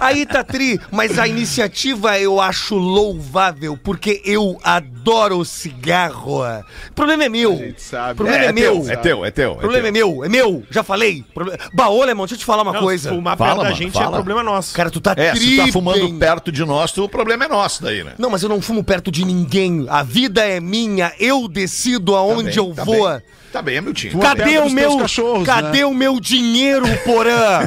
Aí tá tri, mas a iniciativa eu acho louvável, porque eu adoro cigarro. O problema é meu.
sabe.
O problema é,
É, é
meu.
teu, é teu, é teu.
O
é
problema é,
teu.
meu, é meu, já falei. Proble- Baô, Lemão, deixa eu te falar uma
Não,
coisa.
Fumar
Fala,
perto da
mano,
gente é
fala.
problema nosso.
Cara, tu tá
É, se tu tá
tri
fumando
bem.
perto de nós, o problema é nosso daí, né?
Não, mas eu não fumo perto de ninguém. A vida é minha, eu decido
Tá
aonde
bem,
eu
tá
vou.
bem. Tá bem, meu time.
Tá
Cadê
perto
o
dos
meu
teus cachorros,
Cadê o meu dinheiro, Porã?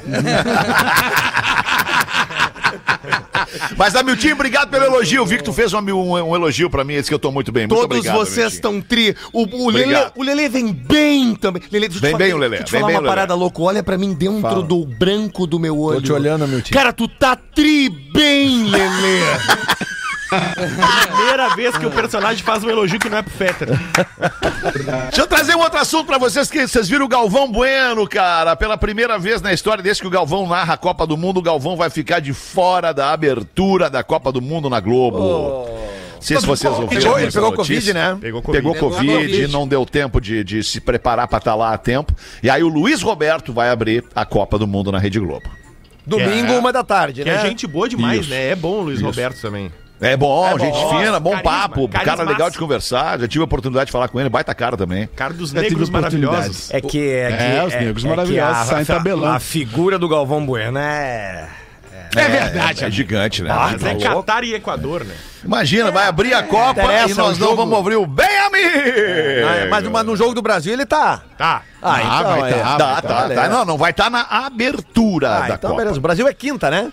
Mas, Hamilton, obrigado pelo elogio. Vi que tu fez um, um- um elogio pra mim, disse que eu tô muito bem. Muito
Todos
obrigado,
vocês
Hamilton.
estão tri. O, o, Lele,
Obrigado.
o Lele vem bem também. Lele, deixa eu te
Vem
falar-
bem o Lele,
Deixa eu te
vem
falar
bem
uma
o Lele.
parada louca. Olha pra mim dentro
Fala.
do branco do meu olho.
te olhando, meu tio.
Cara, tu tá tri bem, Lele.
Primeira vez que o personagem faz um elogio que não é pro Fetter.
Deixa eu trazer um outro assunto pra vocês, que vocês viram o Galvão Bueno, cara. Pela primeira vez na história, desde que o Galvão narra a Copa do Mundo, o Galvão vai ficar de fora da abertura da Copa do Mundo na Globo. Não sei se vocês ouviram.
Ele
essa
pegou
notícia.
Covid, né?
Pegou Covid.
Pegou
Pegou
Covid,
Covid.
não deu tempo de, de se preparar pra estar lá a tempo. E aí o Luiz Roberto vai abrir a Copa do Mundo na Rede Globo.
Domingo, uma da tarde,
Que
né?
é gente boa demais,
Isso.
né? É bom o Luiz
Isso.
Roberto também.
É bom, gente
bom.
fina, bom
Carisma,
papo, cara
carismaço.
legal de conversar. Já tive a oportunidade de falar com ele, baita cara também.
Cara dos
tive
negros
oportunidade.
maravilhosos.
É que é, que,
É, os negros maravilhosos
que
saem tabelando.
A, figura do Galvão Bueno é.
É, verdade. É, gigante, né?
Mas é Catar e Equador, né?
Imagina, vai abrir a Copa
interessa,
e nós
o
não
jogo.
vamos abrir o bem
Ah, é,
amigo.
mas, mas no jogo do Brasil ele tá.
Tá.
Ah, então,
vai
é.
tá, tá, tá,
Olha,
Não, não vai estar na abertura
Ah,
da
então
Copa.
beleza. O Brasil é quinta, né?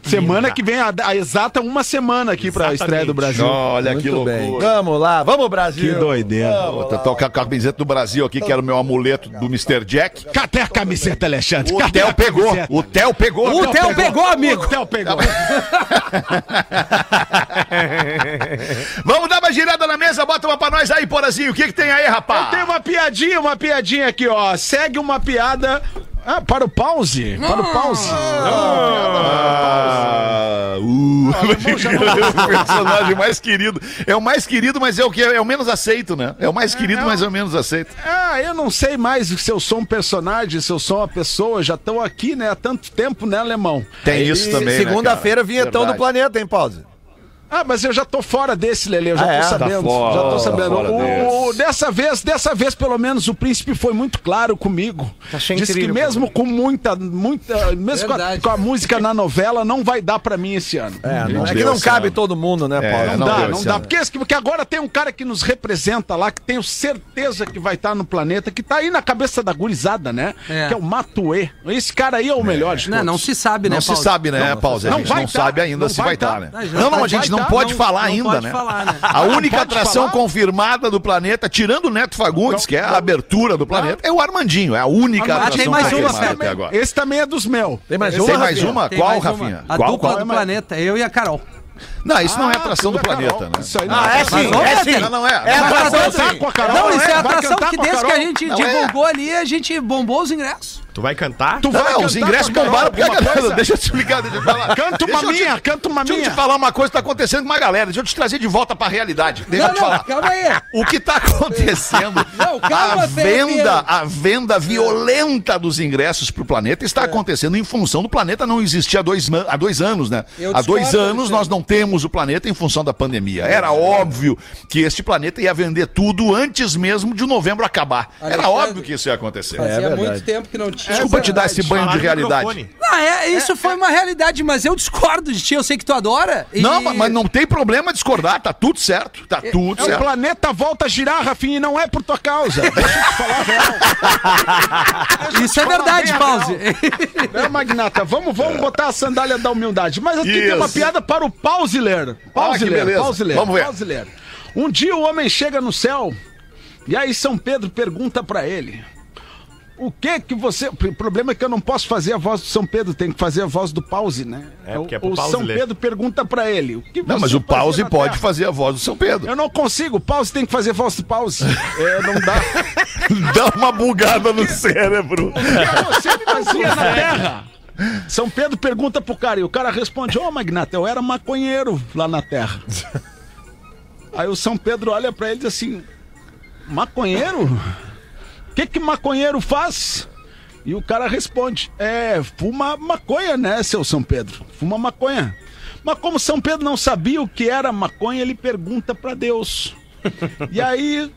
Semana que vem, a, a exata uma semana aqui pra
Exatamente.
estreia do Brasil.
Olha que
Muito bem.
loucura.
Vamos lá, vamos Brasil.
Que doideira.
Vou tentar tocar com a camiseta do Brasil aqui, que era o meu amuleto do Mr. Jack.
Cadê a camiseta, Alexandre?
O
Cadê
Theo
a
pegou.
camiseta?
O Theo pegou.
O Theo pegou, amigo.
O Theo pegou.
Vamos dar uma girada na mesa, bota uma pra nós aí, Porazinho. O que, que tem aí,
Eu
rapaz?
tenho uma piadinha, uma piadinha aqui, ó. Segue uma piada. Ah, para o pause. Para o pause.
Ah, uh, é o personagem mais querido. É o mais querido, mas é o que é o menos aceito, né? É o mais querido, mas é o menos aceito.
Ah, eu não sei mais se eu sou um personagem, se eu sou uma pessoa. Já estão aqui, né? Há tanto tempo, né, alemão?
Tem isso
E
também. né,
Segunda-feira,
cara?
vinhetão do
Verdade.
planeta, hein, Pause?
Ah, mas eu já tô fora desse, Lele. Eu já
Ah,
tô
é? Tá
sabendo.
fora,
já tô
tá
sabendo.
fora
O-
desse.
dessa vez, dessa vez, pelo menos, o príncipe foi muito claro comigo.
Tá sem
Disse que
trilho,
mesmo com muita. muita mesmo com a,
Verdade.
com a música na novela, não vai dar pra mim esse ano.
É, não, é que
Deus,
não cabe
cara.
todo mundo, né,
É,
Pause?
Não,
não
dá,
deu
não
esse
dá.
ano.
Porque, esse- porque agora tem um cara que nos representa lá, que tenho certeza que vai estar no planeta, que tá aí na cabeça da gurizada, né?
É.
Que é o Matuê. Esse cara aí é o melhor de
Não,
todos.
não se sabe, né,
Não se
Paulo?
sabe, né, Pause? A
não
gente
vai
não
tá,
sabe ainda
não
se
vai
vai estar,
tá.
né?
Ah, já
Não, não,
vai
a gente
tá,
não pode
não-
falar
não
ainda,
pode
né?
falar, né?
A única
pode
atração
falar?
confirmada do planeta, tirando o Neto Fagundes, que é a abertura do planeta, é o Armandinho. É a única
Ah,
atração
tem mais uma,
confirmada até
Fernando.
agora.
Esse também é dos meus.
Tem mais
Tem
uma,
mais
Rafinha?
uma?
Tem
Qual,
mais uma.
Rafinha?
A
Qual,
dupla
qual?
do planeta, eu e a Carol.
Não, isso não é
Ah,
atração do
tu é
planeta,
Carol.
né?
Isso aí não
Ah,
é
é
atração.
sim,
Não,
é sim.
Não, não é.
É
Vai
atração
cantar
sim.
com a Carol,
Não,
né?
isso é a
vai
atração
cantar
que
com a
desde que
Carol.
a gente
Não, é?
divulgou ali, a gente bombou os ingressos.
Tu vai cantar?
Tu
Não,
vai
os ingressos bombaram porque a galera. Deixa eu te explicar, deixa eu te falar.
Canta uma
Deixa eu te-
minha, canta uma
Deixa eu
minha.
te falar uma coisa que tá acontecendo com uma galera. Deixa eu te trazer de volta pra realidade. Deixa eu te falar.
calma aí.
O que tá acontecendo?
Não, calma,
a venda,
Ferreira.
a venda violenta dos ingressos pro planeta está acontecendo em função do planeta não existir há dois, man- há dois anos, né?
Eu
Há dois anos
discordo, Alexandre.
nós não temos o planeta em função da pandemia. Era óbvio que este planeta ia vender tudo antes mesmo de novembro acabar. Era
Alexandre. É.
óbvio que isso ia acontecer.
Fazia
verdade.
muito tempo que não tinha.
Desculpa te dar esse banho
Falar
de
no
realidade.
microfone.
Não, é, isso foi uma realidade, mas eu discordo de ti, eu sei que tu adora. e-
Não, mas- mas não tem problema discordar, tá tudo certo, tá tudo
É o
certo.
planeta volta a girar, Rafinha, e não é por tua causa. Deixa eu te falar a real.
Isso é verdade, Pause.
Né, Magnata? Vamos, vamos botar a sandália da humildade. Mas aqui tem
É. Isso. Ah,
uma piada para o Pausiler.
que
Pausiler,
beleza.
Pausiler.
Vamos ver.
Pausiler. Um dia o homem chega no céu e aí São Pedro pergunta pra ele. O que que você... O problema é que eu não posso fazer a voz do São Pedro, tem que fazer a voz do Pause, né?
É, porque é pro
o São
Pausiler.
Pedro pergunta pra ele. O que
Não,
você
mas o
fazia
pause
na
pode
Terra?
fazer a voz do São Pedro.
Eu não consigo, pause tem que fazer voz do pause. É, não dá.
Dá uma bugada no cérebro.
Cara, Você me fazia na terra. São Pedro pergunta pro cara e o cara responde: Ô Magnata, eu era maconheiro lá na terra. Aí o São Pedro olha pra ele e diz assim: Maconheiro? O que que maconheiro faz? E o cara responde: É, fuma maconha, né, seu São Pedro? Fuma maconha. Mas como São Pedro não sabia o que era maconha, ele pergunta pra Deus. E aí,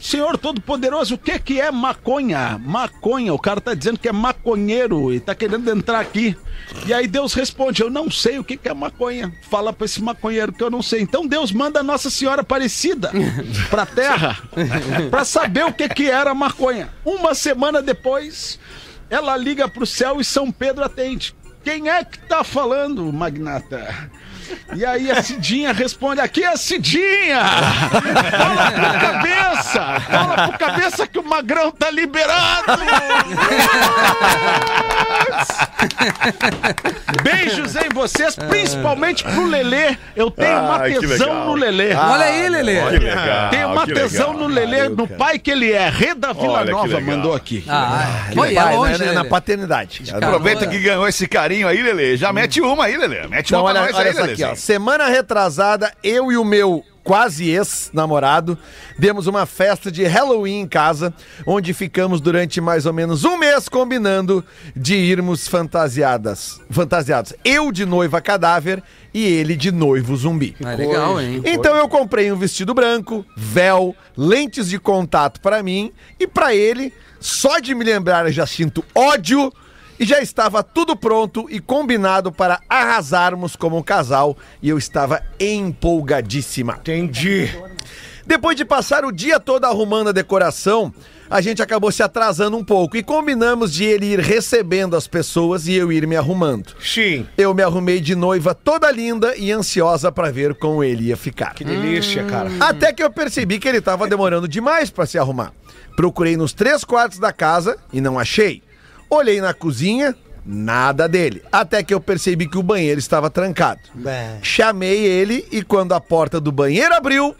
Senhor Todo-Poderoso, o que que é maconha? Maconha, o cara tá dizendo que é maconheiro e tá querendo entrar aqui. E aí Deus responde, eu não sei o que que é maconha. Fala pra esse maconheiro que eu não sei. Então Deus manda a Nossa Senhora Aparecida pra terra pra saber o que que era maconha. Uma semana depois, ela liga pro céu e São Pedro atende. Quem é que tá falando, magnata? E aí a Cidinha responde: aqui é a Cidinha! Fala pro cabeça! Fala pro cabeça que o magrão tá liberado! Beijos em vocês, principalmente pro Lelê. Eu tenho uma
Ai, que
tesão
legal.
no Lelê.
Ah,
Olha aí, Lelê.
Que legal,
Tem uma
que
tesão
legal.
no Lelê, no pai que ele é. Reda Vila
Olha, que
Nova
legal.
mandou aqui.
Ah,
Que
foi,
legal,
é longe,
né?
né,
Na
Lelê?
paternidade.
Aproveita que ganhou esse carinho aí, Lelê. Já mete uma aí, Lelê. Mete
Então,
uma
olha,
pra nós
olha
aí,
essa aqui,
Lelezinho.
ó. Semana retrasada, eu e o meu quase ex-namorado demos uma festa de Halloween em casa, onde ficamos durante mais ou menos um mês combinando de irmos fantasiadas. Fantasiados. Eu de noiva cadáver e ele de noivo zumbi.
Ah, legal, hein?
Então eu comprei um vestido branco, véu, lentes de contato pra mim e pra ele, só de me lembrar eu já sinto ódio e já estava tudo pronto e combinado para arrasarmos como um casal e eu estava empolgadíssima.
Entendi.
Depois de passar o dia todo arrumando a decoração, a gente acabou se atrasando um pouco e combinamos de ele ir recebendo as pessoas e eu ir me arrumando.
Sim.
Eu me arrumei de noiva toda linda e ansiosa pra ver como ele ia ficar.
Que delícia, cara.
Hum.
Até que eu percebi que ele tava demorando demais pra se arrumar. Procurei nos três quartos da casa e não achei. Olhei na cozinha, nada dele. Até que eu percebi que o banheiro estava trancado. Chamei ele e quando a porta do banheiro abriu,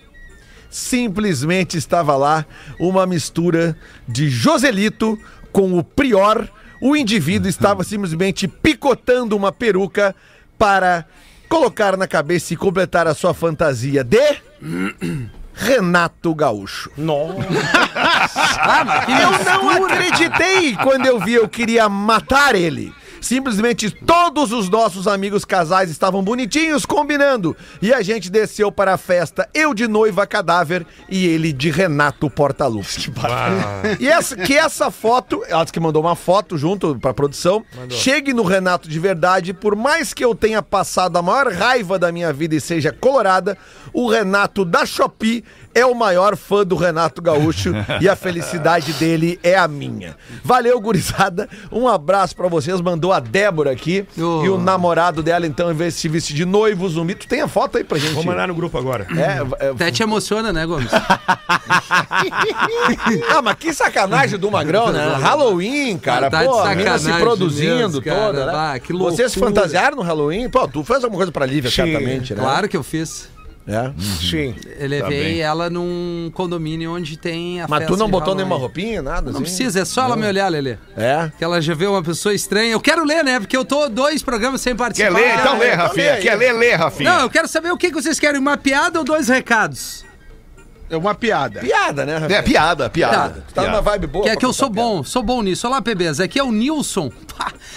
simplesmente estava lá uma mistura de Joselito com o Prior. O indivíduo estava simplesmente picotando uma peruca para colocar na cabeça e completar a sua fantasia de Renato Gaúcho.
Ah, mas que
Eu não acreditei quando eu vi, eu queria matar ele. Simplesmente todos os nossos amigos casais estavam bonitinhos, combinando. E a gente desceu para a festa, eu de noiva cadáver e ele de Renato Portaluppi. E essa, que essa foto, ela disse que mandou uma foto junto pra produção, chegue no Renato de verdade, por mais que eu tenha passado a maior raiva da minha vida e seja colorada, o Renato da Shopee é o maior fã do Renato Gaúcho e a felicidade dele é a minha. Valeu, gurizada. Um abraço pra vocês. Mandou a Débora aqui
Oh.
e o namorado dela, então, em vez de se vestir de noivo, zumbi. Tu tem a foto aí pra gente?
Vou mandar no grupo agora.
É, é-
Até te emociona, né, Gomes?
Ah, mas que sacanagem do Magrão, né? Halloween, cara.
Tá de
pô, a mina se
sacanagem
produzindo
mesmo, cara.
toda, né?
Ah, que
Vocês se
loucura.
fantasiaram no Halloween? Pô, tu fez alguma coisa pra Lívia,
Sim,
certamente, né?
Claro que eu fiz.
É.
Sim.
Eu levei ela num condomínio onde tem a
Mas
festa
tu não
de
botou
assim, Halloween.
nenhuma roupinha, nada
Não
assim?
precisa, é só ela me olhar, Lelê.
É.
Que ela já vê uma pessoa estranha. Eu quero ler, né? Porque eu tô dois programas sem
Quer
participar.
ler? Então lê, Rafinha.
aí.
Quer ler, lê, Rafinha.
Não, eu quero saber o que que vocês querem, uma piada ou dois recados?
É uma piada.
Piada, né? Rafinha?
É piada, piada.
Piada.
Tu tá numa vibe boa.
Que é
pra
que eu
contar
sou
piada.
bom, sou bom nisso. Olá, bebês. Aqui é o Nilson,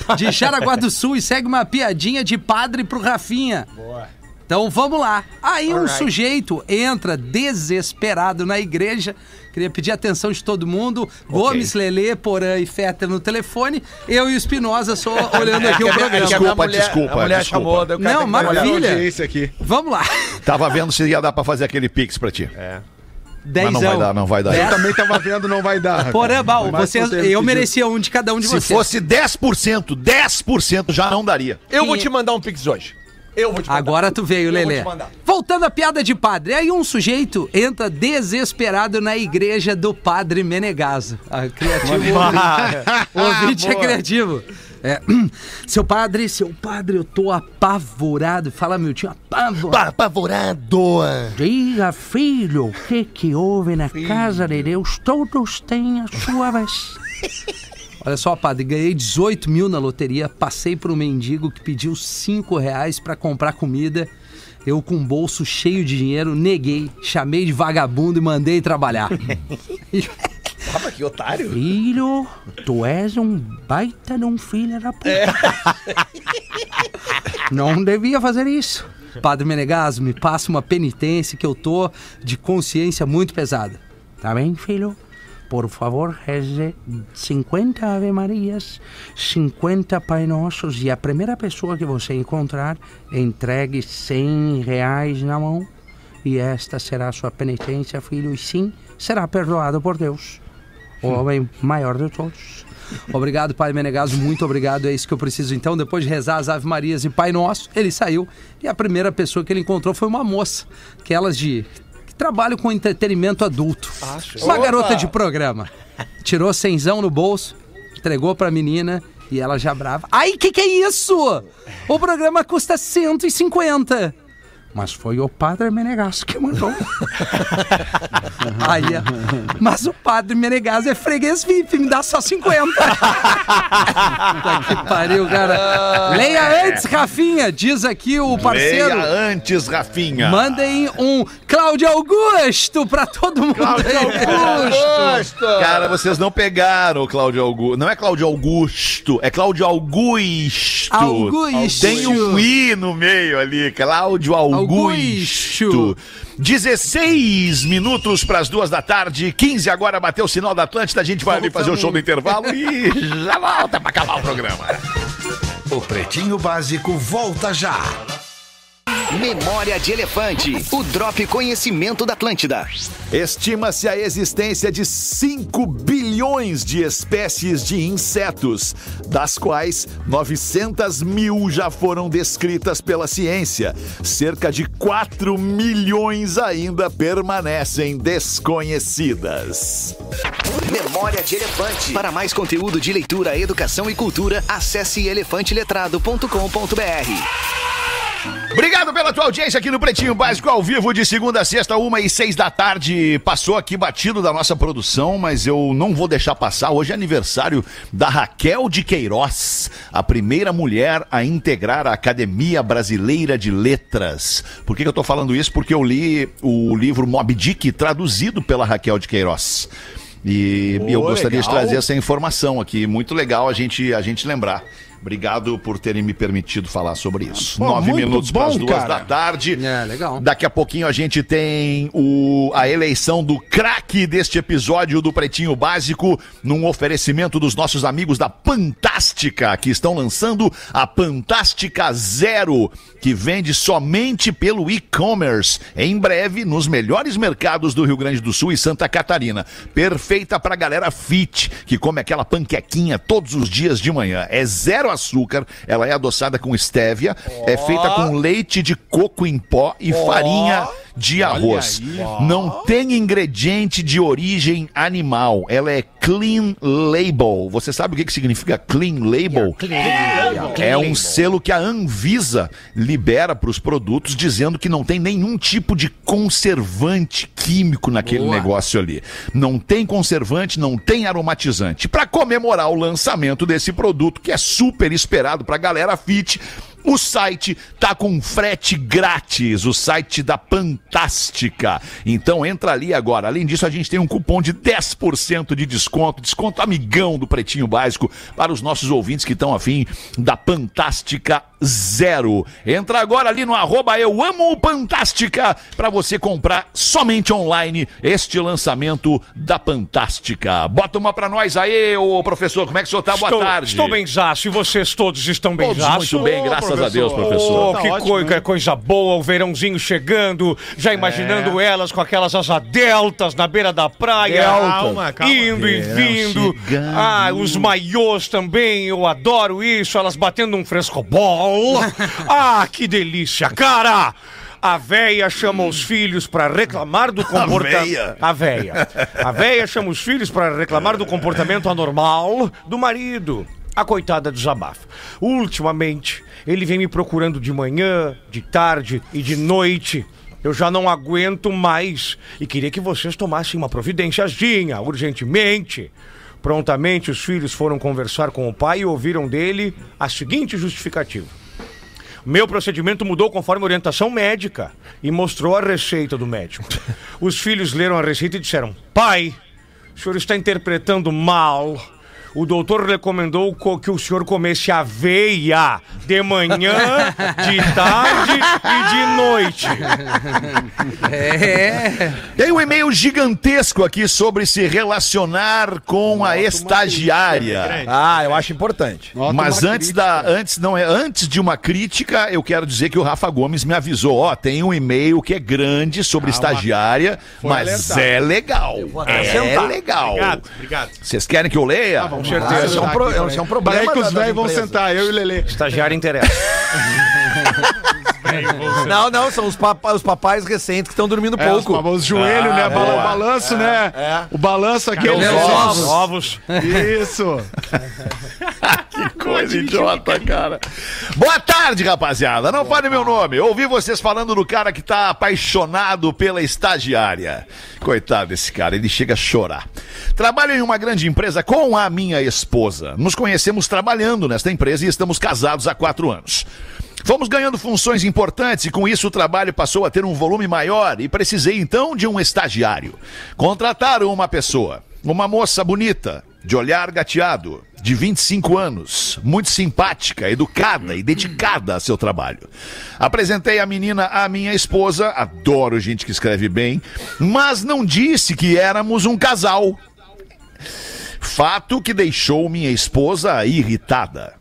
pá, de Jaraguá do Sul, e segue uma piadinha de padre pro Rafinha. Boa. Então vamos lá. Aí um sujeito entra desesperado na igreja. Queria pedir a atenção de todo mundo. Gomes, Lelê, Porã e Feta no telefone. Eu e o Espinosa só olhando aqui o
É que
programa.
a minha- é que a minha
Desculpa, desculpa,
A mulher
desculpa.
chamou, daí o cara
Não,
tem que dar uma olhada.
maravilha.
É esse aqui.
Vamos lá.
Tava vendo se ia dar pra fazer aquele pix pra ti. Mas não vai dar,
Dezão.
não vai dar.
Eu também tava vendo, não vai dar.
Porã, Bal,
Mas
vocês,
tô tendo
eu
pedido.
merecia um de cada um de
Se
vocês.
fosse 10%, 10% já não daria.
Eu vou
Sim.
te mandar um pix hoje. Eu vou te mandar.
Agora tu veio,
vou
Lelê.
te mandar.
Voltando à piada de padre. Aí um sujeito entra desesperado na igreja do padre Menegaso. Ah, criativo. o ouvinte é criativo. É, seu padre, seu padre, eu tô apavorado. Fala, meu tio, apavorado.
Apavorado.
Diga, filho, o que que houve na casa de Deus? Todos têm a sua vez.
Olha só, padre, ganhei 18 mil na loteria, passei para um mendigo que pediu 5 reais para comprar comida. Eu, com o bolso cheio de dinheiro, neguei, chamei de vagabundo e mandei trabalhar.
Tava Ah, que otário.
Filho, tu és um baita de um filho da
É.
puta.
Não devia fazer isso. Padre Menegaso, me passa uma penitência que eu tô de consciência muito pesada.
Tá bem, filho? Por favor, reze 50 Ave Marias, 50 Pai Nossos e a primeira pessoa que você encontrar, entregue 100 reais na mão e esta será a sua penitência, filho, e sim, será perdoado por Deus, o homem maior de todos.
Obrigado, Pai Menegaso, muito obrigado. É isso que eu preciso. Então, depois de rezar as Ave Marias e Pai Nosso, ele saiu e a primeira pessoa que ele encontrou foi uma moça, aquelas de. que trabalham com entretenimento adulto. Uma
Opa!
garota de programa. Tirou cenzão no bolso, entregou pra menina e ela já brava. Ai, que que é isso? O programa custa 150. Mas foi o padre Menegasso que mandou. Aí, ó, mas o padre Menegasso é freguês VIP, me dá só 50. Puta que pariu, cara. Leia antes, Rafinha, diz aqui o parceiro.
Leia antes, Rafinha.
Mandem um Cláudio Augusto pra todo mundo. aí.
Cara, vocês não pegaram o Cláudio Augusto. Não é Cláudio Augusto, é Cláudio Augusto.
Augusto.
Tem um I no meio ali, Cláudio Augusto. 16 minutos para as duas da tarde, 15 agora, bateu o sinal da Atlântida, a gente vai ali fazer o show do intervalo e já volta pra acabar o programa.
O Pretinho Básico volta já. Memória de Elefante, o Drop Conhecimento da Atlântida.
Estima-se a existência de 5 bilhões de espécies de insetos, das quais 900 mil já foram descritas pela ciência. Cerca de 4 milhões ainda permanecem desconhecidas.
Memória de Elefante. Para mais conteúdo de leitura, educação e cultura, acesse elefanteletrado.com.br.
Obrigado pela tua audiência aqui no Pretinho Básico ao vivo de segunda a sexta, uma e seis da tarde. Passou aqui batido da nossa produção, mas eu não vou deixar passar. Hoje é aniversário da Raquel de Queiroz, a primeira mulher a integrar a Academia Brasileira de Letras. Por que, que eu tô falando isso? Porque eu li o livro Mob Dick, traduzido pela Raquel de Queiroz. E eu gostaria de
legal.
trazer essa informação aqui. Muito legal a gente, a gente lembrar. Obrigado por terem me permitido falar sobre isso.
Pô,
Nove
muito
minutos
bom,
para as duas
cara.
da tarde. É, legal. Daqui a pouquinho a gente tem o, a eleição do craque deste episódio do Pretinho Básico, num oferecimento dos nossos amigos da Fantástica, que estão lançando a Fantástica Zero, que vende somente pelo e-commerce, em breve nos melhores mercados do Rio Grande do Sul e Santa Catarina. Perfeita pra galera fit, que come aquela panquequinha todos os dias de manhã. É zero açúcar, ela é adoçada com estévia, é feita com leite de coco em pó e
Ó.
farinha de
Olha
arroz.
aí.
Não tem ingrediente de origem animal. Ela é clean label. Você sabe o que, que significa clean label? É um selo que a Anvisa libera para os produtos, dizendo que não tem nenhum tipo de conservante químico naquele
Boa.
negócio ali. Não tem conservante, não tem aromatizante. Para comemorar o lançamento desse produto, que é super esperado para a galera fit, o site tá com frete grátis, o site da Fantástica. Então entra ali agora. Além disso, a gente tem um cupom de 10% de desconto, desconto amigão do Pretinho Básico para os nossos ouvintes que estão afim da Fantástica Zero. Entra agora ali no arroba Eu Amo o Fantástica para você comprar somente online este lançamento da Fantástica. Bota uma para nós aí, ô professor. Como é que o senhor tá? Boa
estou,
tarde.
Estou bem zaço e vocês todos estão bem
Todos muito
zaço?
bem, graças a Deus, professor.
Oh,
Tá
que
ótimo,
coi- que coisa boa, o verãozinho chegando, já imaginando elas com aquelas asas deltas na beira da praia.
Deltas. Calma, calma.
Indo e
Verão
vindo.
chegando.
Ah, os maiôs também, eu adoro isso, elas batendo um frescobol. ah, que delícia, cara! A véia chama os filhos pra reclamar do
véia.
comportamento. A véia. A véia chama os filhos para reclamar do comportamento anormal do marido. A coitada desabafa. Ultimamente, ele vem me procurando de manhã, de tarde e de noite. Eu já não aguento mais e queria que vocês tomassem uma providênciazinha, urgentemente. Prontamente, os filhos foram conversar com o pai e ouviram dele a seguinte justificativa. Meu procedimento mudou conforme orientação médica e mostrou a receita do médico. Os filhos leram a receita e disseram: Pai, o senhor está interpretando mal. O doutor recomendou co- que o senhor comesse aveia de manhã, de tarde e de noite.
Tem um e-mail gigantesco aqui sobre se relacionar com a
né,
estagiária.
Ah, eu acho importante.
Mas antes da antes não é antes de uma crítica, eu quero dizer que o Rafa Gomes me avisou, ó, tem um e-mail que é grande sobre estagiária,
Ah, Foi
mas
alertado.
é legal.
Eu vou
É
acrescentar.
legal.
Obrigado, obrigado.
Vocês querem que eu leia?
vamos
Com
Ah,
certeza.
Isso é
tá
um, pro, isso é um
né?
problema.
Daí que os
da- das
velhos vão
empresas.
sentar, eu e o Lelê.
Estagiário interessa.
Não, não, são os, papa- os papais recentes que estão dormindo
É, os
pouco.
famosos joelhos, né? Bala- o balanço, né? O balanço aqui é
Os
o
ovos.
ovos.
ovos.
Isso.
Coisa idiota, cara. Boa tarde, rapaziada. Não fale meu nome. Ouvi vocês falando do cara que tá apaixonado pela estagiária. Coitado desse cara, ele chega a chorar. Trabalho em uma grande empresa com a minha esposa. Nos conhecemos trabalhando nesta empresa e estamos casados há quatro anos. Fomos ganhando funções importantes e com isso o trabalho passou a ter um volume maior e precisei então de um estagiário. Contrataram uma pessoa, uma moça bonita, de olhar gateado, de 25 anos, muito simpática, educada e dedicada a seu trabalho. Apresentei a menina à minha esposa, adoro gente que escreve bem, mas não disse que éramos um casal. Fato que deixou minha esposa irritada.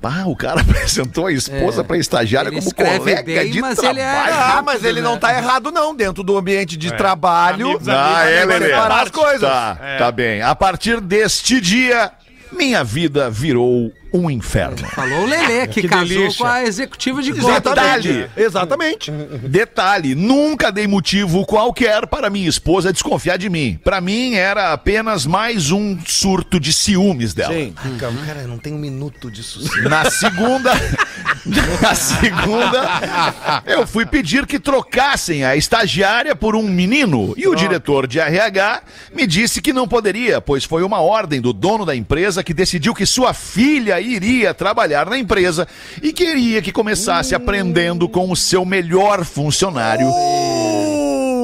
Pá, o cara apresentou a esposa
É.
para estagiária
Ele
como
escreve
colega
bem,
de
mas
trabalho.
ele é-
Ah, mas ele não tá errado, não, dentro do ambiente
É.
de trabalho.
Amigos,
Ah,
amigos,
é,
amigos,
Lelê.
separar as coisas.
Tá,
É.
tá bem. A partir deste dia, minha vida virou um inferno.
Falou o Lelê, que, casou
delícia.
com a executiva de conta.
Detalhe,
Exatamente.
detalhe, nunca dei motivo qualquer para minha esposa desconfiar de mim. Para mim era apenas mais um surto de ciúmes dela.
Sim.
Cara, não tem um minuto de sucesso.
Na segunda. Na segunda, eu fui pedir que trocassem a estagiária por um menino. E o diretor de RH me disse que não poderia, pois foi uma ordem do dono da empresa que decidiu que sua filha iria trabalhar na empresa e queria que começasse aprendendo com o seu melhor funcionário,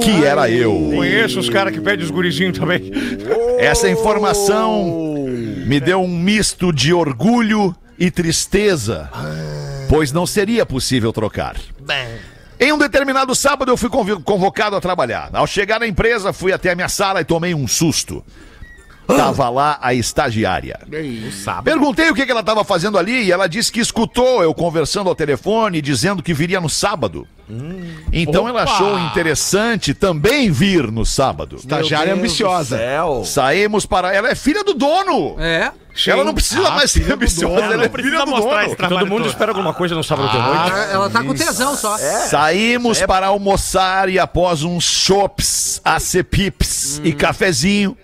que era eu.
Conheço os caras que pedem os gurizinhos também.
Essa informação me deu um misto de orgulho e tristeza, pois não seria possível trocar. Em um determinado sábado, eu fui convi- convocado a trabalhar. Ao chegar na empresa, fui até a minha sala e tomei um susto. Tava lá a estagiária. Perguntei o que que ela estava fazendo ali e ela disse que escutou eu conversando ao telefone, dizendo que viria no sábado. Então ela achou interessante também vir no sábado.
Estagiária ambiciosa.
Saímos para. Ela é filha do dono!
É.
Ela não precisa mais ser ambiciosa, ela é filha
Precisa
do dono.
mostrar esse trabalho
Todo mundo
todo.
espera alguma coisa no sábado de noite.
Ela- Ela tá com tesão só.
É, Saímos para almoçar e após uns chops, acepips e cafezinho,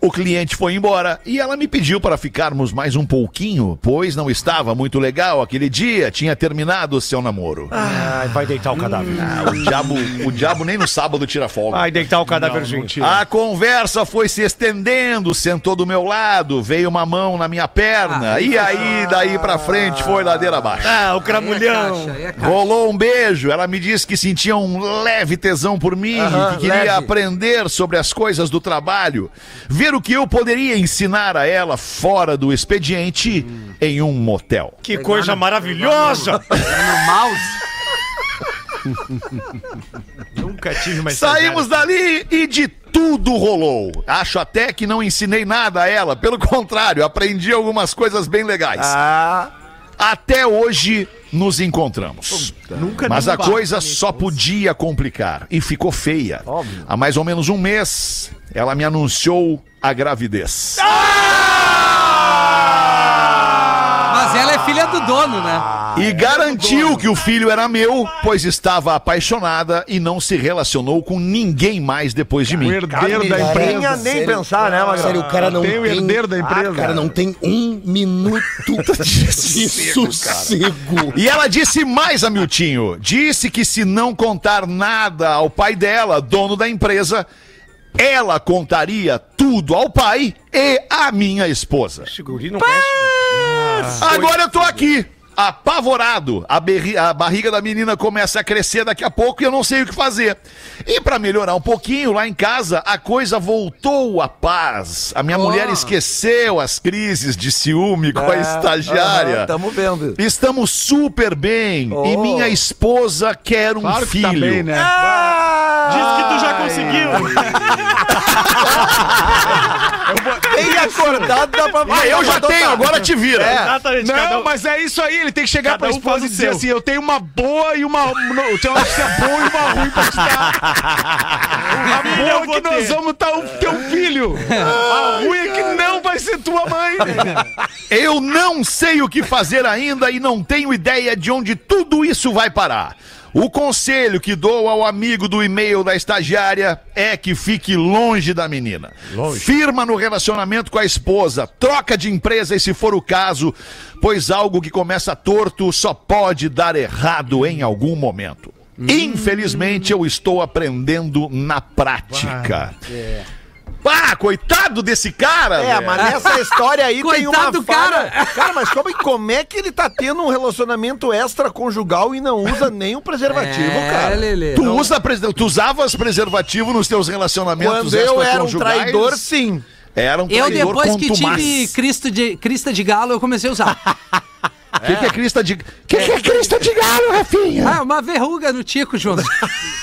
o cliente foi embora e ela me pediu para ficarmos mais um pouquinho, pois não estava muito legal aquele dia, tinha terminado o seu namoro.
Ai, vai deitar o cadáver.
Ah, o, diabo, o diabo nem no sábado tira folga.
Hum. Vai deitar o cadáverzinho.
A conversa foi se estendendo, sentou do meu lado, veio uma mão na minha perna, e aí, daí pra frente, foi ladeira abaixo.
Ah, o
É caixa, é caixa.
Rolou um beijo, ela me disse que sentia um leve tesão por mim, que queria
leve.
aprender sobre as coisas do trabalho, ver o que eu poderia ensinar a ela fora do expediente em um motel.
Que coisa maravilhosa!
No mouse.
Nunca tive uma
Saímos dali e de tudo rolou. Acho até que não ensinei nada a ela, pelo contrário, aprendi algumas coisas bem legais.
Ah.
Até hoje nos encontramos.
Nunca
Mas
nem
a coisa só podia complicar e ficou feia. Há mais ou menos um mês, ela me anunciou a gravidez.
Mas ela é filha do dono, né?
Ah, é,
E garantiu que o filho era meu, pois estava apaixonada e não se relacionou com ninguém mais depois de mim.
O herdeiro da empresa.
Tinha nem pensar, né, Magrão?
Ah, Sério, o cara não
Tem o herdeiro da empresa.
Ah, cara não tem um minuto de sossego.
E ela disse mais, Amiltinho. Disse que se não contar nada ao pai dela, dono da empresa, ela contaria tudo ao pai e à minha esposa.
Esse guri não conhece.
Agora eu tô aqui, apavorado. A, berri- a barriga da menina começa a crescer daqui a pouco e eu não sei o que fazer. E pra melhorar um pouquinho, lá em casa, a coisa voltou à paz. A minha mulher esqueceu as crises de ciúme com a estagiária.
Aham, tá Tamo vendo.
Estamos super bem. E minha esposa quer um
Oh. Claro que
filho.
tá bem, né?
Diz que tu já conseguiu.
Bem acordado dá pra
Ah, eu
então
já tenho,
tá.
agora te vira.
Exatamente. cada
Não,
um-
mas é isso aí. Ele tem que chegar
Cada
pra
um
esposa
faz
e
o
dizer
seu.
assim: eu tenho uma boa e uma. não, eu tenho uma notícia boa é e uma ruim pra te dar. A
Filho, eu
boa é
vou
que nós
ter.
vamos dar o teu filho. A ruim é que não vai ser tua mãe.
Eu não sei o que fazer ainda e não tenho ideia de onde tudo isso vai parar. O conselho que dou ao amigo do e-mail da estagiária é que fique longe da menina. Firma no relacionamento com a esposa, troca de empresa e se for o caso, pois algo que começa torto só pode dar errado em algum momento. Infelizmente, eu estou aprendendo na prática. Pá, coitado desse cara!
É,
velho.
mas nessa história aí tem uma
Coitado do
falha- Cara, mas como, como é que ele tá tendo um relacionamento extraconjugal e não usa nem o preservativo,
É,
cara?
Lelê.
Tu, usa presen- tu usavas preservativo nos teus relacionamentos
Quando eu era um
extraconjugais?
traidor, sim.
Era um
Eu,
traidor
depois que
contumaz.
tive crista de, crista de galo, eu comecei a usar.
O que, que é crista de... que, que é crista de galo, Rafinha?
Ah, uma verruga no tico, João.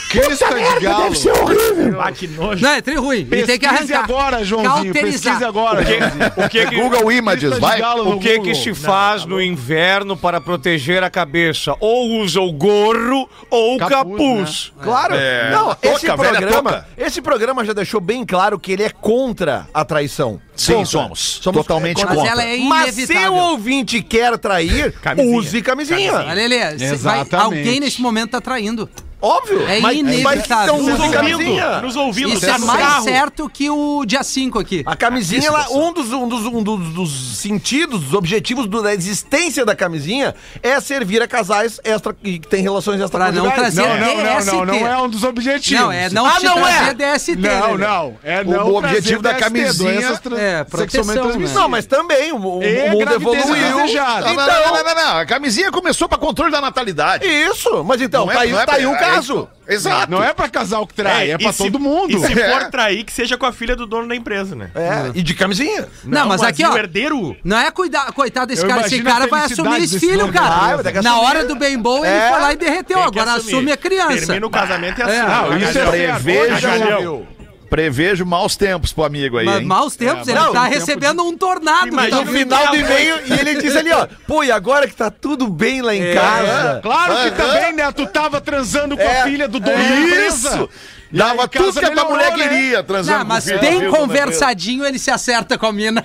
Crista de galo.
Deve ser horrível.
Ah, que nojo.
Não, é tri ruim. E tem que
Pesquise
arrancar.
agora, Joãozinho.
Cauterizar.
Pesquise agora. Joãozinho.
O que que,
Google Images,
Crista de
vai.
galo no
o que, que
Google.
se faz no inverno para proteger a cabeça? Ou usa o gorro ou o capuz. né?
Claro.
É,
não,
a toca,
esse
a velha
programa,
toca.
esse programa já deixou bem claro que ele é contra a traição.
Sim,
Contra.
somos. Totalmente
Mas
contra.
ela é
Mas se o
inevitável.
ouvinte quer trair, use camisinha.
Mas, Lelê, se vai,
Exatamente.
alguém nesse momento tá traindo.
Óbvio.
É
mas, Mas
inevitável.
então
Nos
use
Nos ouvindo,
camisinha.
nos ouvindo,
Isso
tá
é
no
mais
carro.
certo que o dia 5 aqui.
A camisinha, ela, um, dos, um, dos, um dos, dos sentidos, dos objetivos do- da existência da camisinha é servir a casais extra, que têm relações
Pra não
extraconjugais.
trazer
Não, não, não, não, não é
DST.
um dos objetivos.
Não, é não
Ah,
te
não é?
trazer DST.
Não,
Lelê.
não. É
O
não
objetivo da camisinha
é proteção, né?
Não, mas também o, o
E
mundo
gravidez
evoluiu. Então,
indesejada.
Não, não, não, não, não, não. A camisinha começou pra controle da natalidade.
é Isso, mas então,
Não é-
tá, aí,
não é
tá aí
pra-
um
é-
caso.
Exato.
Não é pra casal que trai, é,
e
pra
se-
todo mundo.
E se
É.
for trair, que seja com a filha do dono da empresa, né?
É, e de camisinha.
Não, mas aqui,
e o
ó.
herdeiro...
Não é cuidar, coitado desse
Eu
cara. Esse
imagino a
cara vai
felicidade
assumir esse
desse
filho,
homem.
Ah,
cara.
vai ter que
Na
assumir.
hora do bem bom, ele
É.
foi lá e derreteu.
tem que
Agora
assumir.
assume a criança.
Termina o casamento e assume.
Não, isso é certo.
Preveja-
Hoje já-
Prevejo maus tempos pro amigo aí,
Mas
hein?
maus tempos, ele
não,
tá
tempo
recebendo um tornado.
Imagina
tá
No
Ele
final do
dá
e-mail, e ele diz ali, ó, pô, e agora que tá tudo bem lá em casa?
Claro que também, né? Tu tava transando com
É.
a filha do dono da empresa.
Isso! Dava
casa
tudo que a tua
melhorou,
mulher
né?
queria transando
Não, mas
com o filho, Tá viu,
bem
é dona Teresa?
conversadinho ele se acerta com a mina.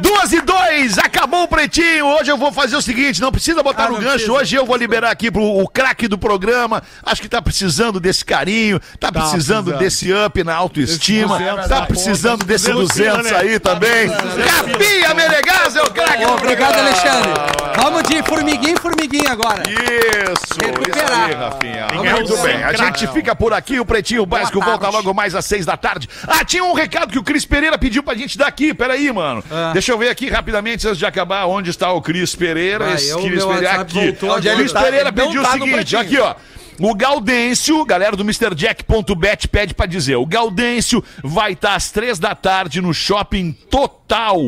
Duas e dois, acabou o pretinho. Hoje eu vou fazer o seguinte: Ah, não precisa botar no gancho. Hoje eu vou liberar aqui pro o craque do programa. Acho que tá precisando desse carinho, tá, precisando,
precisando.
desse up na autoestima, tá precisando desse 200 aí Tá também. Capinha Menegas é o craque do
Obrigado,
programa.
Alexandre. Ah, Vamos de formiguinha em formiguinha agora.
Isso,
Recuperar.
isso aí, Rafinha.
que
Muito
ganhar o
bem, a
craque.
gente fica por aqui. O Pretinho Básico
Boa
volta
tarde.
logo mais às seis da tarde. Ah, tinha um recado que o Cris Pereira pediu pra gente dar aqui. Peraí, mano.
Ah.
Deixa eu ver aqui rapidamente antes de acabar. Onde está o Cris Pereira?
Vai,
Esse
eu-
Cris
meu
Pereira
WhatsApp
aqui.
voltou
O Cris
agora.
Pereira
Ele não
pediu
tá
o
no
seguinte:
Pretinho.
aqui, ó. O Gaudêncio, galera do MrJack.bet pede pra dizer. O Gaudêncio vai estar às três da tarde no Shopping Total.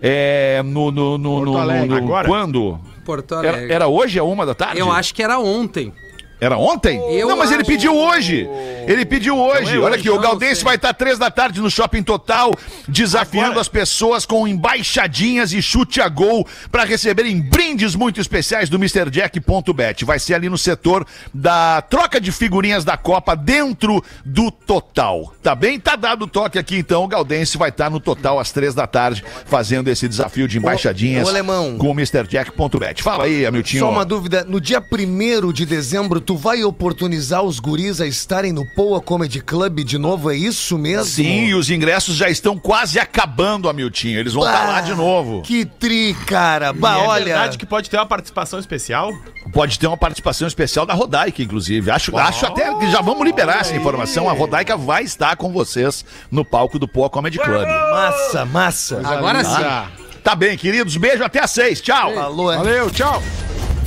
É, no, no, no, no,
Alegre.
no-
Agora?
Quando?
Porto
Era,
Alegre.
era hoje, a uma da tarde?
É. Eu acho que era ontem.
Era ontem?
Eu
não, mas ele
acho.
pediu hoje. Ele pediu
Então,
hoje. Olha aqui, o Galdense vai estar três da tarde no Shopping Total, desafiando as pessoas com embaixadinhas e chute a gol para receberem brindes muito especiais do MrJack.bet. Vai ser ali no setor da troca de figurinhas da Copa dentro do Total. Tá bem? Tá dado o toque aqui, então. O Galdense vai estar no Total às três da tarde, fazendo esse desafio de embaixadinhas
ô, alemão.
com o MrJack.bet. Fala aí, Amiltinho.
Só uma dúvida, no dia 1 de dezembro, tu vai oportunizar os guris a estarem no Poa Comedy Club de novo, é isso mesmo?
Sim, e os ingressos já estão quase acabando, Amiltinho. Eles vão estar lá de novo.
Ah, Que tri, cara. Bah,
é
olha.
verdade que pode ter uma participação especial?
Pode ter uma participação especial da Rodaica, inclusive. Acho, acho até que já vamos liberar essa informação. A Rodaica vai estar com vocês no palco do Poa Comedy Club.
Massa, massa.
Agora sim.
Tá bem, queridos. Beijo até às seis. Tchau.
Alô, é
Valeu, tchau.